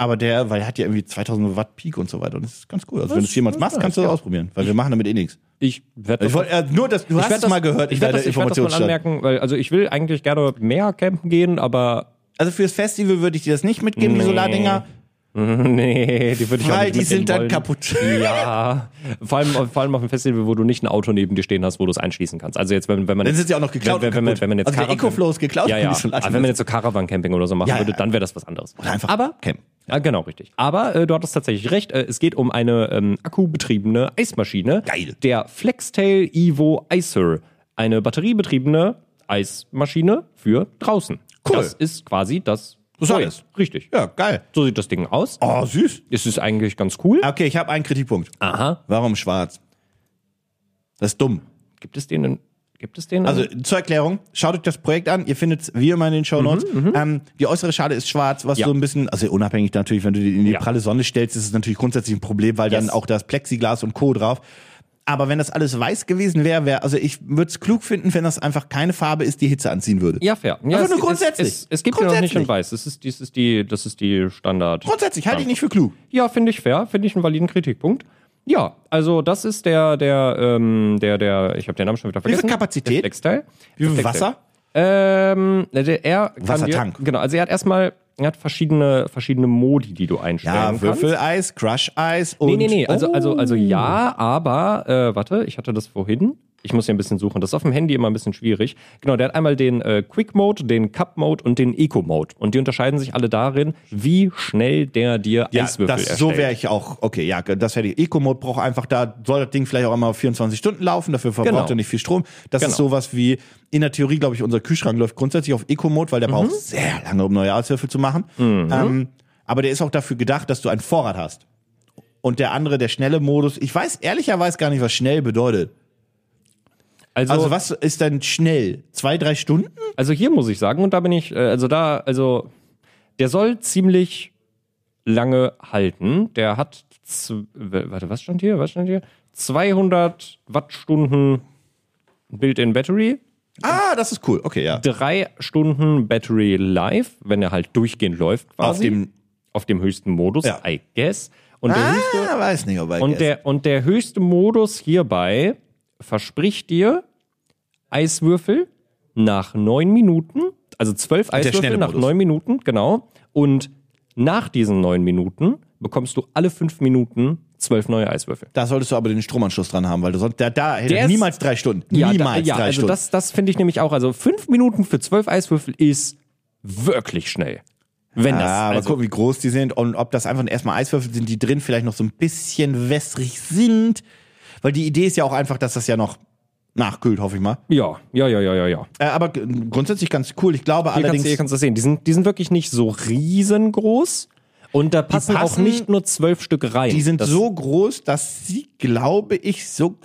Speaker 2: aber der, weil er hat ja irgendwie 2000 Watt Peak und so weiter und das ist ganz cool. Also wenn du es jemals machst, kannst du das ausprobieren, weil wir machen damit eh nichts.
Speaker 3: ich werde
Speaker 2: Ich wollte äh, nur, dass du hast
Speaker 3: werd
Speaker 2: es mal gehört.
Speaker 3: ich werde
Speaker 2: deiner
Speaker 3: das, ich werd das mal
Speaker 2: Informationsstand.
Speaker 3: anmerken, weil also ich will eigentlich gerne mehr campen gehen, aber [laughs]
Speaker 2: Also fürs Festival würde ich dir das nicht mitgeben, die Solardinger,
Speaker 3: nee, die würde ich auch
Speaker 2: weil
Speaker 3: nicht
Speaker 2: die
Speaker 3: mitnehmen
Speaker 2: sind dann
Speaker 3: wollen.
Speaker 2: kaputt.
Speaker 3: Ja, vor allem, vor allem auf dem Festival, wo du nicht ein Auto neben dir stehen hast, wo du es einschließen kannst. Also jetzt, wenn, wenn man
Speaker 2: Dann
Speaker 3: jetzt,
Speaker 2: sind sie auch noch geklaut
Speaker 3: wenn,
Speaker 2: und
Speaker 3: wenn, man,
Speaker 2: kaputt.
Speaker 3: wenn man jetzt
Speaker 2: Also der
Speaker 3: Caravan-
Speaker 2: Ecoflow ist geklaut
Speaker 3: ja,
Speaker 2: und
Speaker 3: ja.
Speaker 2: die Solardinger
Speaker 3: Aber wenn man jetzt so Caravan-Camping oder so machen
Speaker 2: Ja,
Speaker 3: würde,
Speaker 2: ja.
Speaker 3: dann wäre das was anderes.
Speaker 2: Oder einfach
Speaker 3: aber
Speaker 2: campen.
Speaker 3: Ja, genau, richtig. Aber äh, du hattest tatsächlich recht. Äh, es geht um eine ähm, akkubetriebene Eismaschine.
Speaker 2: Geil.
Speaker 3: Der Flextail Evo Icer. Eine batteriebetriebene Eismaschine für draußen.
Speaker 2: Cool.
Speaker 3: Das ist quasi das.
Speaker 2: Das ist alles.
Speaker 3: Richtig.
Speaker 2: Ja, geil.
Speaker 3: So sieht das Ding aus.
Speaker 2: Oh, süß.
Speaker 3: Es ist eigentlich ganz cool.
Speaker 2: Okay, ich habe einen Kritikpunkt.
Speaker 3: Aha.
Speaker 2: Warum schwarz? Das ist dumm.
Speaker 3: Gibt es den? in- Gibt es den? in-
Speaker 2: Also zur Erklärung, schaut euch das Projekt an. Ihr findet es wie immer in den Show Notes. ähm, die äußere Schale ist schwarz, was
Speaker 3: Mhm, Ja.
Speaker 2: so ein bisschen, also unabhängig natürlich, wenn du die in die
Speaker 3: Ja.
Speaker 2: pralle Sonne stellst, ist es natürlich grundsätzlich ein Problem, weil dann
Speaker 3: Yes.
Speaker 2: auch das Plexiglas und Co. drauf. Aber wenn das alles weiß gewesen wäre, wäre, also ich würde es klug finden, wenn das einfach keine Farbe ist, die Hitze anziehen würde.
Speaker 3: Ja, fair. Ja,
Speaker 2: Einfach
Speaker 3: es-
Speaker 2: nur
Speaker 3: es-
Speaker 2: grundsätzlich.
Speaker 3: Es, es, gibt ja noch nicht in
Speaker 2: Grundsätzlich.
Speaker 3: weiß. Das ist, das ist die, das ist die Standard.
Speaker 2: Grundsätzlich halte ich nicht für klug.
Speaker 3: Ja, finde ich fair, finde ich einen validen Kritikpunkt. Ja, also das ist der, der, ähm, der, der, ich habe den Namen schon wieder
Speaker 2: viel
Speaker 3: vergessen.
Speaker 2: Kapazität?
Speaker 3: Der Flexteil.
Speaker 2: Wie viel
Speaker 3: Der Flexteil.
Speaker 2: Wasser?
Speaker 3: Ähm, der, er kann
Speaker 2: Wassertank.
Speaker 3: Dir, genau, also er hat erstmal Er hat verschiedene, verschiedene Modi, die du einstellen
Speaker 2: Ja,
Speaker 3: kannst.
Speaker 2: Würfeleis, Crush-Eis und. Oh.
Speaker 3: Nee, nee, nee. Also, also, also ja, aber, äh, warte, ich hatte das vorhin. Ich muss hier ein bisschen suchen. Das ist auf dem Handy immer ein bisschen schwierig. Genau, der hat einmal den äh, Quick Mode, den Cup Mode und den Eco Mode. Und die unterscheiden sich alle darin, wie schnell der dir
Speaker 2: Ja,
Speaker 3: Eiswürfel
Speaker 2: das,
Speaker 3: erstellt.
Speaker 2: so wäre ich auch. Okay, ja, das hätte ich. Eco-Mode braucht einfach, da soll das Ding vielleicht auch einmal 24 Stunden laufen, dafür verbraucht
Speaker 3: Genau.
Speaker 2: er nicht viel Strom. Das ist
Speaker 3: Genau.
Speaker 2: sowas wie, in der Theorie, glaube ich, unser Kühlschrank läuft grundsätzlich auf Eco-Mode, weil der braucht sehr lange, um neue Eiswürfel zu machen. Ähm, aber der ist auch dafür gedacht, dass du einen Vorrat hast. Und der andere, der schnelle Modus, ich weiß ehrlicherweise gar nicht, was schnell bedeutet.
Speaker 3: also,
Speaker 2: Also, was ist denn schnell? Zwei, drei Stunden?
Speaker 3: Also hier muss ich sagen, und da bin ich, äh, also da, also der soll ziemlich lange halten. Der hat, zw- w- warte, was stand hier? Was stand hier? 200 Wattstunden Built-in Battery,
Speaker 2: Ah, das ist cool. Okay, ja.
Speaker 3: drei Stunden Battery Live, wenn er halt durchgehend läuft, quasi.
Speaker 2: Auf dem-
Speaker 3: auf dem höchsten Modus,
Speaker 2: Ja.
Speaker 3: I guess. Und der höchste,
Speaker 2: Ah, weiß nicht, ob er
Speaker 3: und der, und der höchste Modus hierbei verspricht dir Eiswürfel nach neun Minuten, also zwölf
Speaker 2: schnelle
Speaker 3: Eiswürfel nach
Speaker 2: Modus.
Speaker 3: neun Minuten, genau. Und nach diesen neun Minuten bekommst du alle fünf Minuten zwölf neue Eiswürfel.
Speaker 2: Da solltest du aber den Stromanschluss dran haben, weil du sonst, da, da hätte
Speaker 3: Der
Speaker 2: er
Speaker 3: ist-
Speaker 2: niemals drei Stunden. niemals
Speaker 3: ja,
Speaker 2: drei
Speaker 3: also
Speaker 2: Stunden.
Speaker 3: das, das finde ich nämlich auch. Also fünf Minuten für zwölf Eiswürfel ist wirklich schnell. Wenn das.
Speaker 2: ja, Ah, aber
Speaker 3: also,
Speaker 2: gucken, wie groß die sind und ob das einfach erstmal Eiswürfel sind, die drin vielleicht noch so ein bisschen wässrig sind. Weil die Idee ist ja auch einfach, dass das ja noch nachkühlt, hoffe ich mal.
Speaker 3: ja, ja, ja, ja, ja, ja.
Speaker 2: Äh, aber g- grundsätzlich ganz cool. Ich glaube
Speaker 3: Hier kannst,
Speaker 2: allerdings.
Speaker 3: du- hier kannst du das sehen. Die sind, die sind wirklich nicht so riesengroß. Und da passen, auch
Speaker 2: passen-
Speaker 3: nicht nur zwölf Stück rein.
Speaker 2: Die sind
Speaker 3: das,
Speaker 2: so groß, dass sie, glaube ich, so.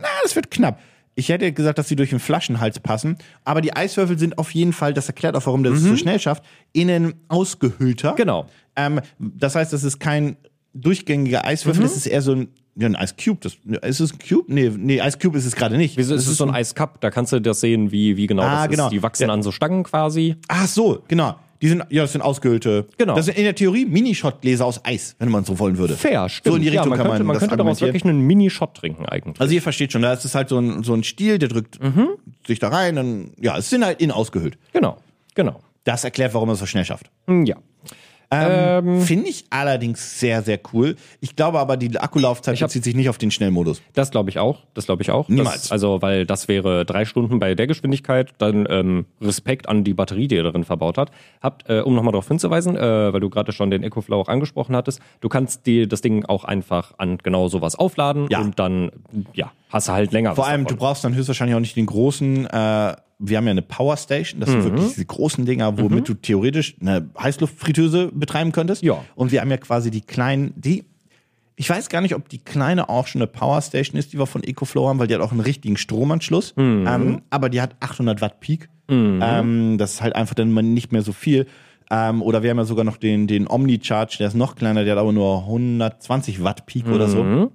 Speaker 2: Na, das wird knapp. Ich hätte gesagt, dass sie durch den Flaschenhals passen, aber die Eiswürfel sind auf jeden Fall, das erklärt auch, warum der es so schnell schafft, innen ausgehöhlter.
Speaker 3: Mhm. Genau.
Speaker 2: Ähm, das heißt, das ist kein durchgängiger Eiswürfel,
Speaker 3: Mhm.
Speaker 2: das ist eher so ein, ja, ein Eiscube. Das, ist es ein Cube? Nee, nee, Eiscube ist es gerade nicht.
Speaker 3: Wieso ist es so ein Eiscup? Da kannst du das sehen, wie, wie genau
Speaker 2: Ah,
Speaker 3: das
Speaker 2: genau.
Speaker 3: ist. Die wachsen
Speaker 2: Ja.
Speaker 3: an so Stangen quasi.
Speaker 2: Ach so, genau. Die sind, ja, das sind ausgehöhlte.
Speaker 3: Genau.
Speaker 2: Das sind in der Theorie Minishot-Gläser aus Eis, wenn man so wollen würde.
Speaker 3: Fair, stimmt.
Speaker 2: So in die Richtung
Speaker 3: ja, man
Speaker 2: kann
Speaker 3: könnte,
Speaker 2: man das
Speaker 3: könnte daraus
Speaker 2: argumentieren.
Speaker 3: wirklich einen Mini-Shot trinken eigentlich.
Speaker 2: Also ihr versteht schon, da ist es halt so ein, so ein Stiel, der drückt
Speaker 3: Mhm.
Speaker 2: sich da rein, dann, ja, es sind halt innen ausgehöhlt.
Speaker 3: genau, genau.
Speaker 2: Das erklärt, warum er es so schnell schafft. Ähm,
Speaker 3: Hm, Ja. Ähm.
Speaker 2: Finde ich allerdings sehr, sehr cool. Ich glaube aber, die Akkulaufzeit
Speaker 3: hab-
Speaker 2: bezieht sich nicht auf den Schnellmodus.
Speaker 3: Das glaube ich auch. Das glaube ich auch.
Speaker 2: Niemals.
Speaker 3: Das, also, weil das wäre drei Stunden bei der Geschwindigkeit. Dann ähm, Respekt an die Batterie, die ihr darin verbaut habt. Habt, äh, um nochmal darauf hinzuweisen, äh, weil du gerade schon den EcoFlow auch angesprochen hattest, du kannst die, das Ding auch einfach an genau sowas aufladen
Speaker 2: Ja.
Speaker 3: und dann, ja, hast du halt länger
Speaker 2: Vor
Speaker 3: was
Speaker 2: allem, du
Speaker 3: davon.
Speaker 2: brauchst dann höchstwahrscheinlich auch nicht den großen, äh, wir haben ja eine Power Station, das sind wirklich diese großen Dinger, womit du theoretisch eine Heißluftfritteuse betreiben könntest.
Speaker 3: Ja.
Speaker 2: Und wir haben ja quasi die kleinen, die, ich weiß gar nicht, ob die kleine auch schon eine Power Station ist, die wir von EcoFlow haben, weil die hat auch einen richtigen Stromanschluss, ähm, aber die hat 800 Watt Peak. Ähm, das ist halt einfach dann mal nicht mehr so viel. Ähm, oder wir haben ja sogar noch den, den Omni-Charge, der ist noch kleiner, der hat aber nur 120 Watt Peak oder so. Ja,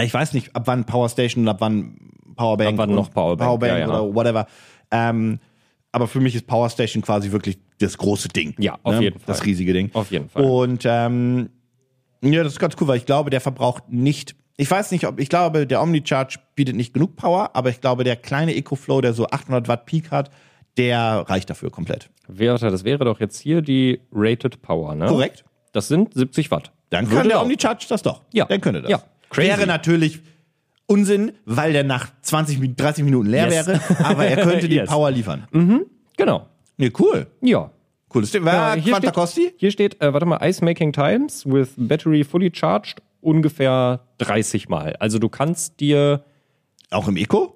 Speaker 2: Äh, ich weiß nicht, ab wann Power Station und ab wann Powerbank.
Speaker 3: Ab wann noch
Speaker 2: und
Speaker 3: Powerbank, ja, ja.
Speaker 2: oder whatever. Ähm, aber für mich ist Power Station quasi wirklich das große Ding. ne?
Speaker 3: Ja, auf jeden Fall.
Speaker 2: Das riesige Ding.
Speaker 3: Auf jeden Fall.
Speaker 2: Und ähm, ja, das ist ganz cool, weil ich glaube, der verbraucht nicht. Ich weiß nicht, ob ich glaube, der Omnicharge bietet nicht genug Power, aber ich glaube, der kleine EcoFlow, der so 800 Watt Peak hat, der reicht dafür komplett.
Speaker 3: Warte, das wäre doch jetzt hier die Rated Power, ne?
Speaker 2: Korrekt.
Speaker 3: Das sind 70 Watt.
Speaker 2: Dann
Speaker 3: Würde
Speaker 2: könnte der
Speaker 3: auch.
Speaker 2: Omnicharge das doch.
Speaker 3: Ja.
Speaker 2: Dann könnte das.
Speaker 3: Ja. Crazy.
Speaker 2: Wäre natürlich Unsinn, weil der nach 20, Min- 30 Minuten leer
Speaker 3: Yes.
Speaker 2: wäre, aber er
Speaker 3: [laughs]
Speaker 2: könnte die
Speaker 3: Yes.
Speaker 2: Power liefern.
Speaker 3: Genau.
Speaker 2: Nee, cool.
Speaker 3: Ja.
Speaker 2: Cooles Ding. War
Speaker 3: Ja, Genau, hier
Speaker 2: Quanta
Speaker 3: steht,
Speaker 2: Costi?
Speaker 3: Hier steht, äh, warte mal, Ice Making Times with Battery fully charged ungefähr 30 Mal. Also du kannst dir,
Speaker 2: Auch im Eco?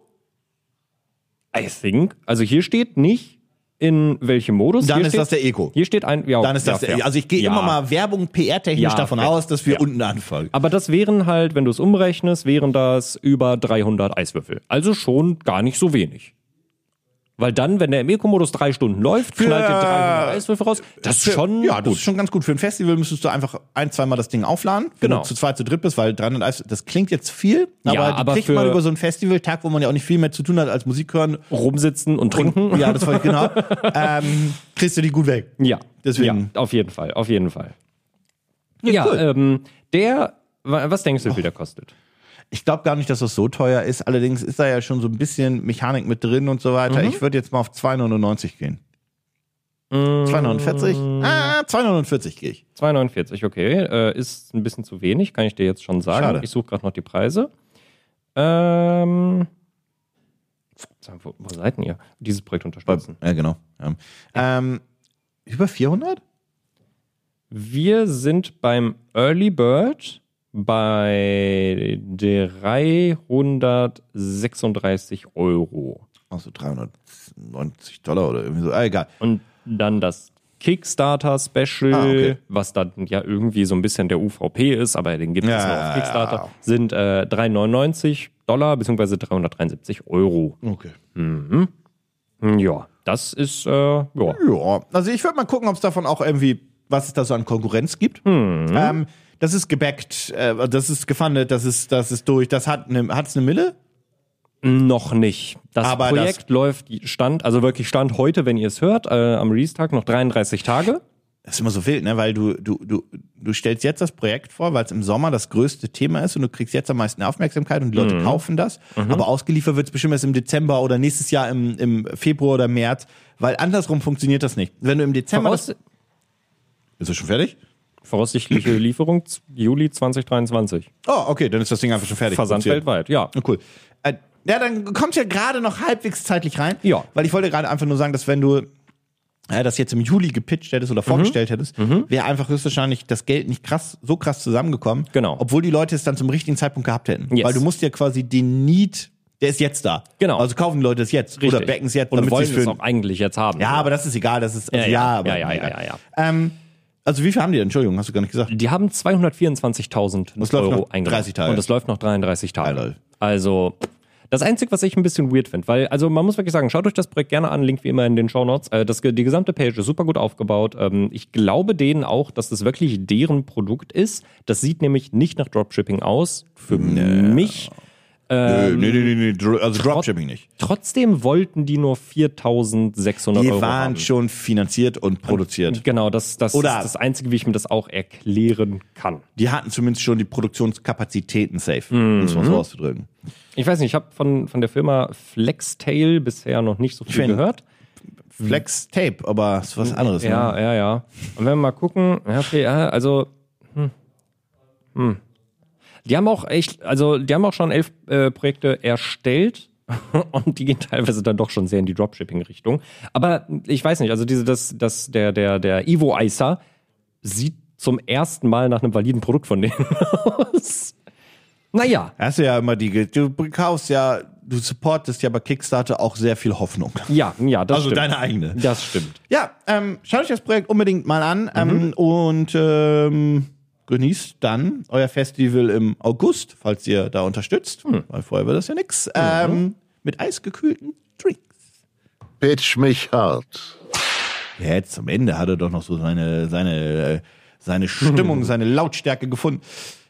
Speaker 3: I think, also hier steht nicht in welchem Modus.
Speaker 2: Dann
Speaker 3: hier
Speaker 2: ist
Speaker 3: steht,
Speaker 2: das der Eco.
Speaker 3: Hier steht ein, ja.
Speaker 2: Dann ist das
Speaker 3: ja,
Speaker 2: der,
Speaker 3: fair.
Speaker 2: also ich gehe
Speaker 3: ja.
Speaker 2: immer mal Werbung PR-technisch
Speaker 3: Ja,
Speaker 2: davon
Speaker 3: fair.
Speaker 2: aus, dass wir
Speaker 3: Ja.
Speaker 2: unten anfangen.
Speaker 3: Aber das wären halt, wenn du es umrechnest, wären das über 300 Eiswürfel. Also schon gar nicht so wenig. Weil dann, wenn der im Eco-Modus drei Stunden läuft, knallt die 300 Eiswürfel raus. Das ist schon
Speaker 2: ja, das
Speaker 3: gut.
Speaker 2: ist schon ganz gut. Für ein Festival müsstest du einfach ein, zweimal das Ding aufladen. Wenn
Speaker 3: Genau.
Speaker 2: Du zu zweit, zu dritt bist, weil 300 Eis, das klingt jetzt viel, aber, die
Speaker 3: aber
Speaker 2: kriegt
Speaker 3: für-
Speaker 2: man über so einen Festivaltag, wo man ja auch nicht viel mehr zu tun hat als Musik hören.
Speaker 3: Rumsitzen und trinken.
Speaker 2: Ja, das war genau. ähm, kriegst du die gut weg.
Speaker 3: Ja,
Speaker 2: Deswegen.
Speaker 3: Ja, auf jeden Fall, auf jeden Fall. Ja, ähm, der, wa- was denkst du, wie der kostet?
Speaker 2: Ich glaube gar nicht, dass das so teuer ist. Allerdings ist da ja schon so ein bisschen Mechanik mit drin und so weiter. Ich würde jetzt mal auf 2,99 gehen. 2,49? Ah, 2,49 gehe ich.
Speaker 3: 2,49, okay. Äh, ist ein bisschen zu wenig, kann ich dir jetzt schon sagen.
Speaker 2: Schade.
Speaker 3: Ich suche gerade noch die Preise. Ähm, sag mal, wo, wo seid denn ihr? Dieses Projekt unterstützen.
Speaker 2: Ja, genau. Ja. Ähm, über 400?
Speaker 3: Wir sind beim Early Bird bei 336 Euro.
Speaker 2: Also 390 Dollar oder irgendwie so. Ah, egal.
Speaker 3: Und dann das Kickstarter-Special,
Speaker 2: Ah, okay.
Speaker 3: was dann ja irgendwie so ein bisschen der UVP ist, aber den gibt es
Speaker 2: Ja,
Speaker 3: nur
Speaker 2: ja,
Speaker 3: auf
Speaker 2: ja,
Speaker 3: Kickstarter,
Speaker 2: ja.
Speaker 3: sind äh, 3,99 Dollar bzw. 373 Euro.
Speaker 2: Okay.
Speaker 3: Hm, Ja, das ist, äh, ja.
Speaker 2: Ja, also ich würde mal gucken, ob es davon auch irgendwie, was es da so an Konkurrenz gibt. Ähm, das ist gebackt, äh, das ist gefundet, das ist, das ist durch, das hat eine, hat's eine Mille?
Speaker 3: Noch nicht. Das
Speaker 2: Aber
Speaker 3: Projekt läuft Stand, also wirklich Stand heute, wenn ihr es hört, äh, am Release-Tag noch 33 Tage.
Speaker 2: Das ist immer so wild, ne? Weil du, du, du, du stellst jetzt das Projekt vor, weil es im Sommer das größte Thema ist und du kriegst jetzt am meisten Aufmerksamkeit und die Leute kaufen das. Aber ausgeliefert wird es bestimmt erst im Dezember oder nächstes Jahr im, im Februar oder März, weil andersrum funktioniert das nicht. Wenn du im Dezember.
Speaker 3: Voraus
Speaker 2: Das, ist es schon fertig? [clears throat]
Speaker 3: voraussichtliche Lieferung z- Juli 2023.
Speaker 2: Oh, okay, dann ist das Ding einfach schon fertig.
Speaker 3: Versand
Speaker 2: Produziert.
Speaker 3: weltweit, ja.
Speaker 2: Na, Cool. Äh, ja, dann kommt ja gerade noch halbwegs zeitlich rein.
Speaker 3: Ja.
Speaker 2: Weil ich wollte gerade einfach nur sagen, dass wenn du äh, das jetzt im Juli gepitcht hättest
Speaker 3: Mhm.
Speaker 2: oder vorgestellt hättest, wäre einfach höchstwahrscheinlich das Geld nicht krass, so krass zusammengekommen.
Speaker 3: Genau.
Speaker 2: Obwohl die Leute es dann zum richtigen Zeitpunkt gehabt hätten.
Speaker 3: Yes.
Speaker 2: Weil du musst ja quasi den Need, der ist jetzt da.
Speaker 3: Genau.
Speaker 2: Also kaufen die Leute es jetzt. Oder backen es jetzt.
Speaker 3: Und
Speaker 2: damit
Speaker 3: wollen
Speaker 2: sie's
Speaker 3: es
Speaker 2: für-
Speaker 3: auch eigentlich jetzt haben.
Speaker 2: Ja, aber das ist egal. Das ist, also, ja,
Speaker 3: ja,
Speaker 2: aber,
Speaker 3: ja, ja, ja, ja, ja.
Speaker 2: Ähm, also wie viel haben die denn? Entschuldigung, hast du gar nicht gesagt.
Speaker 3: Die haben 224.000
Speaker 2: Das läuft
Speaker 3: Euro
Speaker 2: noch
Speaker 3: eingenommen.
Speaker 2: 30 Tage.
Speaker 3: Und das läuft noch 33 Tage.
Speaker 2: Ja, lol.
Speaker 3: Also, das Einzige, was ich ein bisschen weird finde, weil, also man muss wirklich sagen, schaut euch das Projekt gerne an, Link wie immer in den Shownotes. Äh, das, die gesamte Page ist super gut aufgebaut. Ähm, ich glaube denen auch, dass das wirklich deren Produkt ist. Das sieht nämlich nicht nach Dropshipping aus. Für mich. Ähm,
Speaker 2: nee, nee, nee, nee, Dro- also Dropshipping nicht.
Speaker 3: Trotzdem wollten die nur 4.600 Euro
Speaker 2: Die
Speaker 3: haben.
Speaker 2: waren schon finanziert und produziert.
Speaker 3: Genau, das, das
Speaker 2: Oder-
Speaker 3: ist das Einzige, wie ich mir das auch erklären kann.
Speaker 2: Die hatten zumindest schon die Produktionskapazitäten safe, um es mal so auszudrücken.
Speaker 3: Ich weiß nicht, ich habe von, von der Firma Flextail bisher noch nicht so viel
Speaker 2: find-
Speaker 3: gehört.
Speaker 2: Flex Tape, aber Mhm. ist was anderes. Ne?
Speaker 3: Ja, ja, ja. Und wenn wir mal gucken, ja, okay, ja, also, hm. Hm. Die haben auch echt, also die haben auch schon elf äh, Projekte erstellt [laughs] und die gehen teilweise dann doch schon sehr in die Dropshipping-Richtung. Aber ich weiß nicht, also diese, das, das, der, der, der Ivo Eiser sieht zum ersten Mal nach einem validen Produkt von denen [laughs] aus. Naja.
Speaker 2: Hast du ja immer die, ge- du kaufst ja, du supportest ja bei Kickstarter auch sehr viel Hoffnung.
Speaker 3: Ja, ja,
Speaker 2: [laughs]
Speaker 3: das
Speaker 2: Also
Speaker 3: stimmt.
Speaker 2: deine eigene.
Speaker 3: Das stimmt.
Speaker 2: Ja, ähm, schaut euch das Projekt unbedingt mal an ähm, und ähm, genießt dann euer Festival im August, falls ihr da unterstützt, weil vorher wird das ja nix, ähm, mit eisgekühlten Drinks.
Speaker 1: Pitch mich hart.
Speaker 2: Jetzt zum Ende hat er doch noch so seine, seine, äh, seine Stimmung, seine Lautstärke gefunden.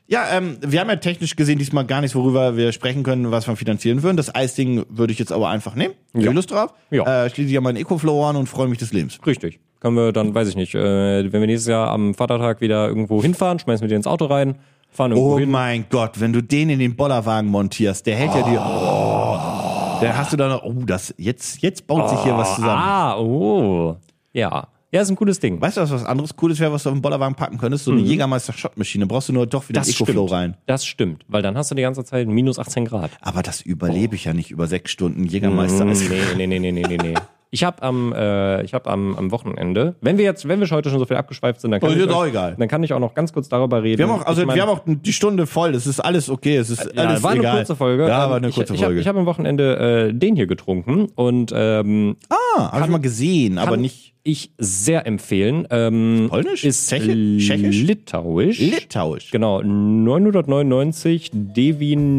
Speaker 2: Ja, ähm, wir haben ja technisch gesehen diesmal gar nichts, worüber wir sprechen können, was wir finanzieren würden. Das Eisding würde ich jetzt aber einfach nehmen. Ja. Ich Lust drauf.
Speaker 3: Ja.
Speaker 2: Äh, schließe ich an meinen Ecoflow an und freue mich des Lebens.
Speaker 3: Richtig. Können wir dann, weiß ich nicht, äh, wenn wir nächstes Jahr am Vatertag wieder irgendwo hinfahren, schmeißen wir den ins Auto rein, fahren irgendwo
Speaker 2: Oh
Speaker 3: hin.
Speaker 2: mein Gott, wenn du den in den Bollerwagen montierst, der hält ja die. Oh. Dann hast du da noch. Oh, das, jetzt, jetzt baut sich hier was zusammen.
Speaker 3: Ah, oh. Ja. Ja, ist ein cooles Ding.
Speaker 2: Weißt du, was, was anderes Cooles wäre, was du auf den Bollerwagen packen könntest? So eine Jägermeister-Shot-Maschine. Brauchst du nur doch wieder einen Ecoflow
Speaker 3: stimmt.
Speaker 2: rein.
Speaker 3: Das stimmt, weil dann hast du die ganze Zeit minus 18 Grad. Mm,
Speaker 2: Aber das überlebe ich ja nicht über sechs Stunden Jägermeister.
Speaker 3: Nee, nee, nee, nee, nee, nee, nee. Ich habe am, äh, ich hab am, am Wochenende, wenn wir jetzt, wenn wir heute schon so viel abgeschweift sind, dann kann,
Speaker 2: Oh,
Speaker 3: ich,
Speaker 2: ist auch
Speaker 3: euch,
Speaker 2: egal.
Speaker 3: dann kann ich auch noch ganz kurz darüber reden.
Speaker 2: Wir haben auch, also
Speaker 3: ich mein-
Speaker 2: wir haben auch die Stunde voll. Es ist alles okay. Es ist
Speaker 3: Ja,
Speaker 2: alles
Speaker 3: war
Speaker 2: egal.
Speaker 3: eine kurze Folge.
Speaker 2: Ja, war
Speaker 3: Ähm,
Speaker 2: eine
Speaker 3: ich-
Speaker 2: kurze
Speaker 3: ich,
Speaker 2: Folge.
Speaker 3: Ich habe hab am Wochenende äh, den hier getrunken und ähm,
Speaker 2: ah, habe ich mal gesehen, aber
Speaker 3: kann
Speaker 2: nicht
Speaker 3: ich sehr empfehlen. Ähm,
Speaker 2: Polnisch?
Speaker 3: Ist
Speaker 2: Tscheche- Tschechisch?
Speaker 3: Litauisch.
Speaker 2: litauisch.
Speaker 3: genau, 999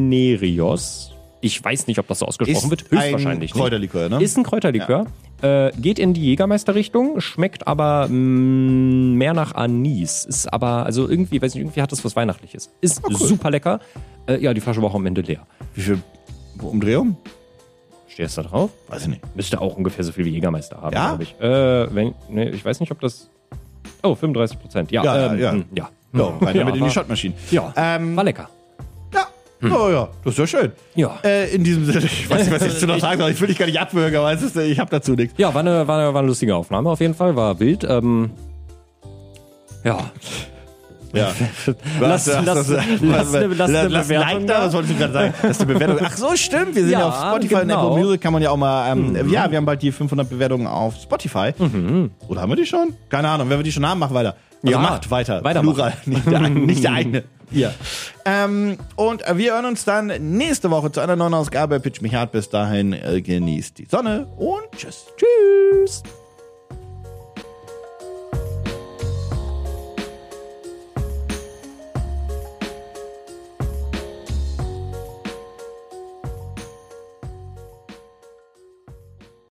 Speaker 3: Devinerios. Ich weiß nicht, ob das so ausgesprochen
Speaker 2: Ist
Speaker 3: wird.
Speaker 2: ein
Speaker 3: Höchstwahrscheinlich
Speaker 2: Kräuterlikör,
Speaker 3: nicht.
Speaker 2: ne?
Speaker 3: Ist ein Kräuterlikör. Äh, geht in die Jägermeister-Richtung, schmeckt aber mh, mehr nach Anis. Ist aber, also irgendwie, weiß nicht, irgendwie hat das was Weihnachtliches.
Speaker 2: Ah,
Speaker 3: Ist super lecker. Äh, ja, die Flasche war auch am Ende leer.
Speaker 2: Wie viel Umdrehung?
Speaker 3: Stehst du da drauf?
Speaker 2: Weiß ich nicht.
Speaker 3: Müsste auch ungefähr so viel wie Jägermeister haben,
Speaker 2: Ja?
Speaker 3: glaube ich. Äh, wenn, nee, ich weiß nicht, ob das. Oh, 35 Prozent. Ja,
Speaker 2: Ja,
Speaker 3: ähm,
Speaker 2: ja.
Speaker 3: mh, ja.
Speaker 2: Ja, rein damit in
Speaker 3: war-
Speaker 2: die Shotmaschine.
Speaker 3: Ja,
Speaker 2: Ähm,
Speaker 3: war lecker.
Speaker 2: ja. Oh ja, das ist ja schön.
Speaker 3: Ja.
Speaker 2: Äh, in diesem Sinne, [laughs] ich weiß nicht, was ich dazu noch sagen soll. Ich will dich gar nicht abwürgen, aber es ist, äh, ich habe dazu nichts.
Speaker 3: Ja, war eine, war, eine, war eine lustige Aufnahme auf jeden Fall, war wild. Ähm, ja,
Speaker 2: Ja.
Speaker 3: [laughs] Lass- lass- lass eine- lass eine
Speaker 2: lass ein Like
Speaker 3: Bewertung
Speaker 2: da,
Speaker 3: da.
Speaker 2: was wolltest du gerade sagen? Lass eine Bewertung. Ach so, stimmt. Wir sind ja,
Speaker 3: Ja,
Speaker 2: auf Spotify und
Speaker 3: genau. Mhm.
Speaker 2: Apple Music, kann man ja auch mal. Ähm, Ja, wir haben bald die 500 Bewertungen auf Spotify. Oder haben wir die schon? Keine Ahnung. Wenn wir die schon haben, machen weiter. Also
Speaker 3: Ja.
Speaker 2: macht weiter.
Speaker 3: Weitermachen.
Speaker 2: Plural, [laughs] nicht der, ein- nicht der
Speaker 3: [laughs]
Speaker 2: eigene. Ja. Ähm, und wir hören uns dann nächste Woche zu einer neuen Ausgabe. Pitch mich hart. Bis dahin äh, genießt die Sonne und tschüss. Tschüss.